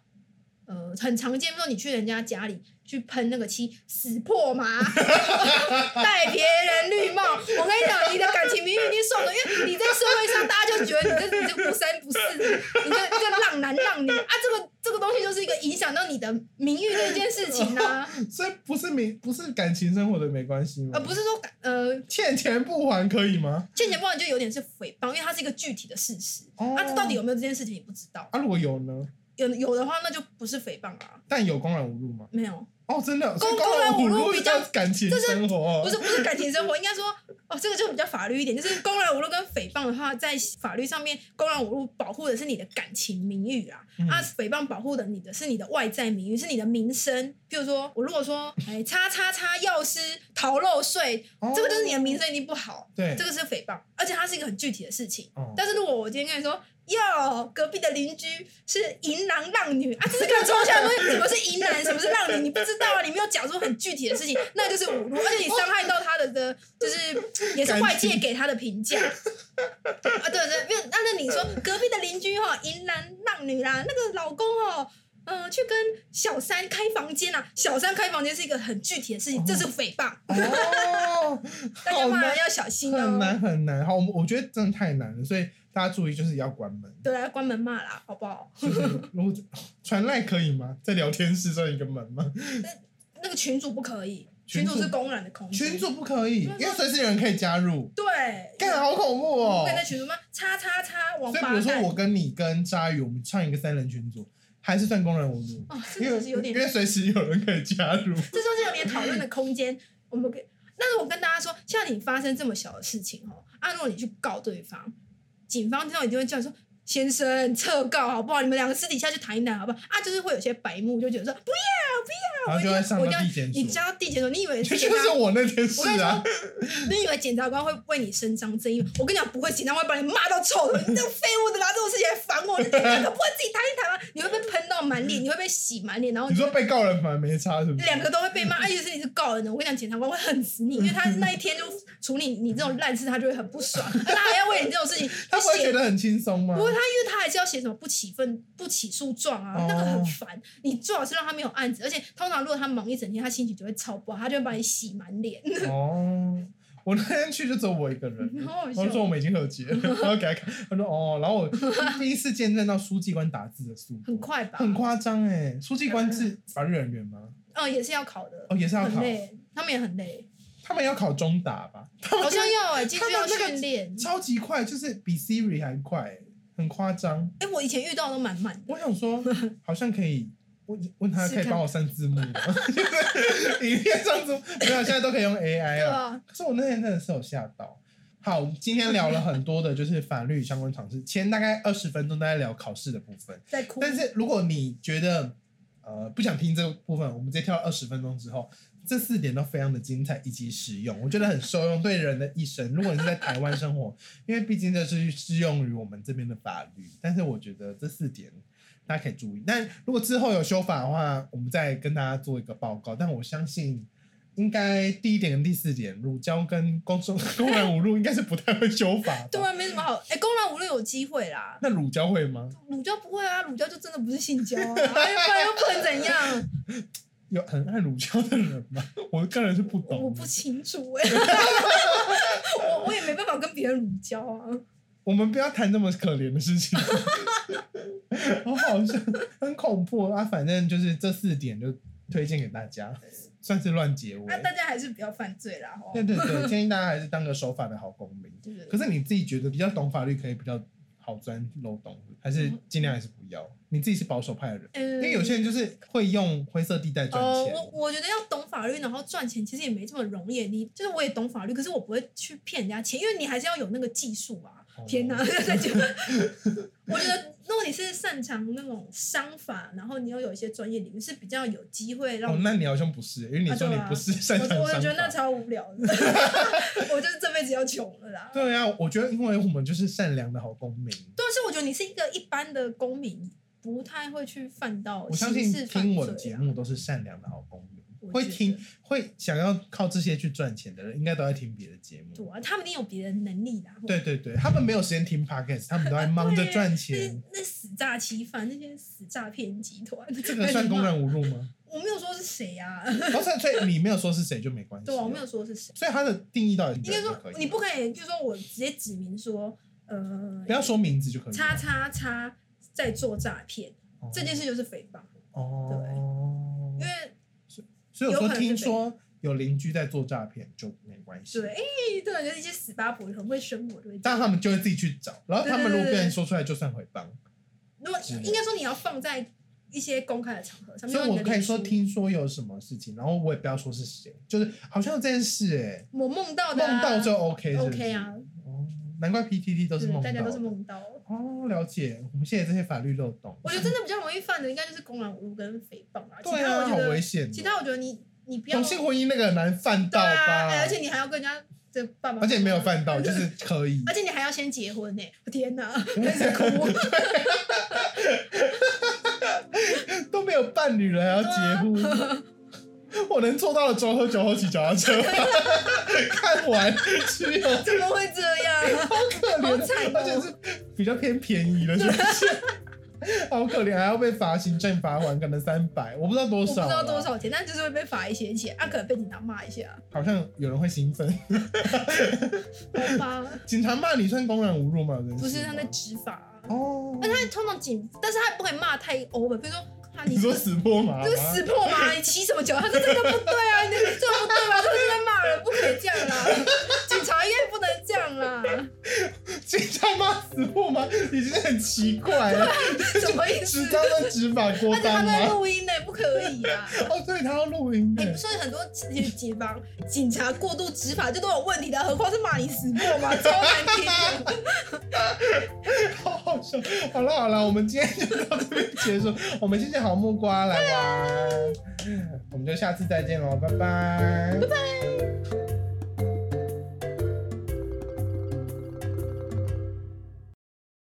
Speaker 2: 呃，很常见，譬如说你去人家家里去喷那个漆，死破嘛， [laughs] 戴别人绿帽，我跟你讲，你的感情名誉已经受了，因为你在社会上大家就觉得你这你这不三不四，你这你这浪男浪女啊，这个这个东西就是一个影响到你的名誉的一件事情啊，
Speaker 1: 所以不是名不是感情生活的没关系吗？
Speaker 2: 呃，不是说感呃
Speaker 1: 欠钱不还可以吗？
Speaker 2: 欠钱不还就有点是诽谤，因为它是一个具体的事实，
Speaker 1: 哦
Speaker 2: 啊，这到底有没有这件事情你不知道，
Speaker 1: 啊？如果有呢？
Speaker 2: 有有的话那就不是诽谤啊，
Speaker 1: 但有公然侮辱吗？
Speaker 2: 没有。
Speaker 1: 哦，真的，所以
Speaker 2: 公
Speaker 1: 公然
Speaker 2: 公然侮辱
Speaker 1: 辱
Speaker 2: 比较
Speaker 1: 叫感情生活，哦
Speaker 2: 不是不是感情生活，应 [laughs] 该说哦，这个就比较法律一点，就是公然侮辱跟诽谤的话，在法律上面，公然侮辱保护的是你的感情名誉啊，
Speaker 1: 嗯
Speaker 2: 啊，诽谤保护的你的是你的外在名誉，是你的名声。譬如说我如果说哎叉叉叉药师逃漏税，
Speaker 1: 哦
Speaker 2: 这个就是你的名声一定不好，
Speaker 1: 对
Speaker 2: 这个是诽谤，而且它是一个很具体的事情。
Speaker 1: 哦
Speaker 2: 但是如果我今天跟你说，哟，隔壁的邻居是淫男浪女啊，这是个抽象的东西，什么是淫男，什么是浪女，你不知道啊，你没有讲出很具体的
Speaker 1: [laughs]
Speaker 2: 事情，那就是侮辱，而且你伤害到他的的，就是也是外界给他的评价。啊，对对，没有，那那你说
Speaker 1: 嗯
Speaker 2: 隔壁的邻居哈、哦，淫男浪女啦，那个老公哦。嗯、去跟小三开房间啊！小三开房间是一个很具体的事情，这是诽谤，
Speaker 1: 哦，
Speaker 2: 大家
Speaker 1: 好
Speaker 2: 骂
Speaker 1: 难
Speaker 2: 人要小心
Speaker 1: 很
Speaker 2: 哦。
Speaker 1: 难很难。好，我们我觉得真的太难了，所以大家注意，就是要关门。
Speaker 2: 对啊，关门骂啦，好不好？
Speaker 1: 就是如果传赖可以吗？在聊天室算一个门吗？
Speaker 2: 那个群主不可以，
Speaker 1: 群
Speaker 2: 群
Speaker 1: 组
Speaker 2: 主是公然的空间。
Speaker 1: 群主不可以，
Speaker 2: 那
Speaker 1: 因为随时有人可以加入。
Speaker 2: 对，
Speaker 1: 干，好恐怖
Speaker 2: 不
Speaker 1: 哦
Speaker 2: 可以！在群主骂叉叉叉王
Speaker 1: 所以
Speaker 2: 八
Speaker 1: 比
Speaker 2: 蛋。
Speaker 1: 如说我跟你跟鲨鱼，我们唱一个三人群组，还是算公然侮辱，
Speaker 2: 哦，这
Speaker 1: 因
Speaker 2: 个
Speaker 1: 为
Speaker 2: 其实有点
Speaker 1: 因，为随时有人可以加 [laughs] 入。
Speaker 2: 这就是有点讨论的空间。我们给，但是我跟大家说，像你发生这么小的事情哦，啊，如果你去告对方，警方听到一定会叫你说。先生，撤告好不好？你们两个私底下去谈一谈好不好？啊，就是会有些白目就觉得说，不
Speaker 1: 然后就会上
Speaker 2: 我
Speaker 1: 到
Speaker 2: 一定要
Speaker 1: 地检
Speaker 2: 你
Speaker 1: 署，
Speaker 2: 交地检署，你以为
Speaker 1: [laughs] 就是就
Speaker 2: 检察
Speaker 1: 是我那天是
Speaker 2: 我跟你
Speaker 1: 啊
Speaker 2: 说，，你以为检察官会为你伸张正义吗？我跟你讲，不会，检啊察官会把你骂到臭的。你这个废物的拿这种事情来烦我，你检察官不会自己谈一谈吗？你会被喷到满脸，你会被洗满脸，然后
Speaker 1: 你说被告人反而没差是不是？
Speaker 2: 两个都会被骂。而且是你是告人的，我跟你讲，检察官会恨死你，因为他那一天就处理你这种烂事，他就会很不爽，而他还要为你这种事情
Speaker 1: 他
Speaker 2: 去
Speaker 1: 不会觉
Speaker 2: 写。
Speaker 1: 得很轻松吗
Speaker 2: 不？过他，因为他还是要写什么不起愤、不起诉状啊，那个
Speaker 1: 哦
Speaker 2: 很烦。你最好是让他没有案子，而且通常如果他忙一整天，他心情就会超不好，他就会把你洗满脸， [laughs]
Speaker 1: 哦，我那天去就只有我一个人，
Speaker 2: 好好
Speaker 1: [laughs] 然后
Speaker 2: 笑
Speaker 1: 说我。们已经和解了，
Speaker 2: [laughs]
Speaker 1: 然后给他看，他说哦，然后我第一次见证到书记官打字的速
Speaker 2: 很
Speaker 1: 度，
Speaker 2: 快吧？
Speaker 1: 很夸张哎！书记官是法律人员吗？
Speaker 2: 哦，也是要考的，
Speaker 1: 哦，也是要
Speaker 2: 很
Speaker 1: 考，
Speaker 2: 累，他们也很累，
Speaker 1: 他们要考中打吧？
Speaker 2: 好像要哎、欸，继
Speaker 1: 他
Speaker 2: 续
Speaker 1: 们
Speaker 2: 要
Speaker 1: 那个
Speaker 2: 训练。
Speaker 1: 超级快，就是比 Siri 还快欸，很夸张。
Speaker 2: 哎、我以前遇到都蛮慢的，
Speaker 1: 我想
Speaker 2: [laughs]
Speaker 1: 说，好像可以问问他
Speaker 2: 试
Speaker 1: 可
Speaker 2: 看
Speaker 1: 以帮我删字幕吗？ [laughs] 就是影片上字幕没有，现在都可以用 AI
Speaker 2: 对
Speaker 1: 了。
Speaker 2: 啊，
Speaker 1: 可是我那天真的是有吓到。好，今天聊了很多的，就是法律相关常识，前大概二十分钟都在聊考试的部分。
Speaker 2: 在哭。
Speaker 1: 但是如果你觉得呃不想听这个部分，我们直接跳到二十分钟之后，这四点都非常的精彩以及实用，我觉得很受用，对人的一生。如果你是在台湾生活， [laughs] 因为毕竟这是适用于我们这边的法律，但是我觉得这四点。大家可以注意，但如果之后有修法的话，我们再跟大家做一个报告。但我相信，应该第一点跟第四点，乳胶跟公众 [laughs] 公然侮辱应该是不太会修法
Speaker 2: 对
Speaker 1: 的。
Speaker 2: 啊，没什么好。哎、公然无论有机会啦，
Speaker 1: 那乳胶会吗？
Speaker 2: 乳胶不会啊，乳胶就真的不是性交啊，哎不然又不能怎样？
Speaker 1: 有很爱乳胶的人吗？ [laughs] 我个人是不懂的。
Speaker 2: 我不清楚
Speaker 1: [laughs]
Speaker 2: 哎、我我也没办法跟别人乳胶啊。
Speaker 1: 我们不要谈这么可怜的事情， [laughs] 好好笑，很恐怖啊！反正就是这四点就推荐给大家，算是乱结尾
Speaker 2: 那、。啊大家还是不要犯罪啦，哦
Speaker 1: 对，对对，建议大家还是当个守法的好公民。
Speaker 2: 对不
Speaker 1: 可
Speaker 2: 对？
Speaker 1: 是你自己觉得比较懂法律，可以比较好钻漏洞，还是尽量还是不要？你自己是保守派的人，
Speaker 2: 嗯
Speaker 1: 因为有些人就是会用灰色地带赚
Speaker 2: 哦，
Speaker 1: 钱。
Speaker 2: 我我觉得要懂法律，然后赚钱其实也没这么容易。你就是我也懂法律，可是我不会去骗人家钱，因为你还是要有那个技术啊。
Speaker 1: 哦
Speaker 2: [laughs] 天哪，再讲，我觉得如果你是擅长那种商法，然后你又有一些专业领域，是比较有机会让
Speaker 1: 哦，那你好像不是，因为你说你不是擅
Speaker 2: 我
Speaker 1: 长
Speaker 2: 我觉得
Speaker 1: 商
Speaker 2: 那
Speaker 1: 法。
Speaker 2: 超无聊的， [laughs] 我就是这辈子要穷了啦。
Speaker 1: 对啊，我觉得因为我们就是善良的好公民。
Speaker 2: 但是我觉得你是一个一般的公民，不太会去犯到
Speaker 1: 我相
Speaker 2: 刑
Speaker 1: 信
Speaker 2: 事犯
Speaker 1: 听我的
Speaker 2: 罪
Speaker 1: 节
Speaker 2: 啊。
Speaker 1: 目都是善良的好公民，
Speaker 2: 我
Speaker 1: 会
Speaker 2: 觉得
Speaker 1: 听会想要靠这些去赚钱的人，应该都在听别的节
Speaker 2: 对
Speaker 1: 目。
Speaker 2: 啊，他们一定有别的能力啦。
Speaker 1: 对对对，他们没有时间听 podcast，他们都在忙着赚
Speaker 2: 那些
Speaker 1: 钱。
Speaker 2: 那死诈欺犯，那些死诈骗集团，
Speaker 1: 这个算公然侮辱吗？
Speaker 2: 我没有说是谁啊，
Speaker 1: 哦，所以所以你没有说是谁就没关系。
Speaker 2: [laughs] 对啊，我没有。说是谁。
Speaker 1: 所以他的定义到底
Speaker 2: 应该
Speaker 1: 人就可
Speaker 2: 说
Speaker 1: 以吗
Speaker 2: 你不可以，就是说我直接指明说，呃
Speaker 1: 不，要说名字就可以了。
Speaker 2: 叉叉叉在做诈骗，
Speaker 1: 哦
Speaker 2: 这件事就是诽谤，
Speaker 1: 哦
Speaker 2: 因，为
Speaker 1: 所以我
Speaker 2: 有
Speaker 1: 说
Speaker 2: 可能是
Speaker 1: 听说有邻居在做诈骗就没关系。
Speaker 2: 对，哎、对，就是一些死八婆很会生活，就会这
Speaker 1: 但
Speaker 2: 样。
Speaker 1: 他们就会自己去找，然后他们如果被人说出来，就算诽谤。
Speaker 2: 如果应该说你要放在一些公开的场合上面，
Speaker 1: 所以
Speaker 2: 比如
Speaker 1: 我
Speaker 2: 你的
Speaker 1: 可以说
Speaker 2: 脸书
Speaker 1: 听说有什么事情，然后我也不要说是谁，就是好像有这件事哎、
Speaker 2: 我梦到的、啊，
Speaker 1: 梦到就 OK 是不是
Speaker 2: OK 啊，
Speaker 1: 哦，难怪 PTT 都
Speaker 2: 对
Speaker 1: 是梦到，
Speaker 2: 大家都是梦到。
Speaker 1: 哦，了解，我们现在这些法律漏洞，
Speaker 2: 我觉得真的比较容易犯的，应该就是公然侮辱跟诽谤啊。其
Speaker 1: 对
Speaker 2: 他
Speaker 1: 啊，
Speaker 2: 我觉
Speaker 1: 好
Speaker 2: 得，
Speaker 1: 危险哦、
Speaker 2: 其他我觉得你你不要
Speaker 1: 同性婚姻那个很难犯
Speaker 2: 对
Speaker 1: 到
Speaker 2: 啊，
Speaker 1: 吧？
Speaker 2: 哎而且你还要跟人家的爸爸，
Speaker 1: 而且没有，犯到，就是可以
Speaker 2: 而。且你还要先结婚呢、我
Speaker 1: [laughs]
Speaker 2: 天哪，开始哭。
Speaker 1: 都没有伴侣了还要结婚，
Speaker 2: 啊
Speaker 1: [laughs] 我能做到的只有喝酒后骑脚踏车， [laughs] 看完只有
Speaker 2: 怎么会这样？啊
Speaker 1: 可
Speaker 2: 好惨哦
Speaker 1: 怜，而且是比较偏便宜的，是不是？好可怜，还要被罚行政罚款，可能三百，我不知道 [laughs] 多
Speaker 2: 我不知
Speaker 1: 少，啊
Speaker 2: 道多，少钱，但就是会被罚一些钱，啊，可能被警察骂一下，
Speaker 1: 好像有人会兴奋。
Speaker 2: 好吧？
Speaker 1: 警察骂你算公然侮辱吗？有这件事吗
Speaker 2: 不是他在执法、啊，
Speaker 1: 哦，
Speaker 2: 而且他通常警，但是他也不可以骂太 over，比如说啊，
Speaker 1: 你
Speaker 2: 这
Speaker 1: 说
Speaker 2: 个
Speaker 1: 死破马吗
Speaker 2: 这？个死破马，你骑什么脚？他说这个不对啊，你这个不对吧？这个是在骂人，不可以这样啦，警察应该不能这样啊啦，
Speaker 1: [laughs] 警察骂死破马已经很奇
Speaker 2: [laughs]
Speaker 1: 怪了，
Speaker 2: 啊什么意思
Speaker 1: 执？照在执法过
Speaker 2: 而且 [laughs] 他
Speaker 1: 当
Speaker 2: 在
Speaker 1: 吗？
Speaker 2: 录音呢，不可以啊。
Speaker 1: 哦，对，他要录音的
Speaker 2: 你不。是欸很多警方警察过度执法就都有问题的，何况是骂你死破嘛，超难听的。
Speaker 1: 好好笑。好了好了，我们今天就到这边结束。我们谢谢好木瓜来玩，我们就下次再见喽，拜拜，拜拜。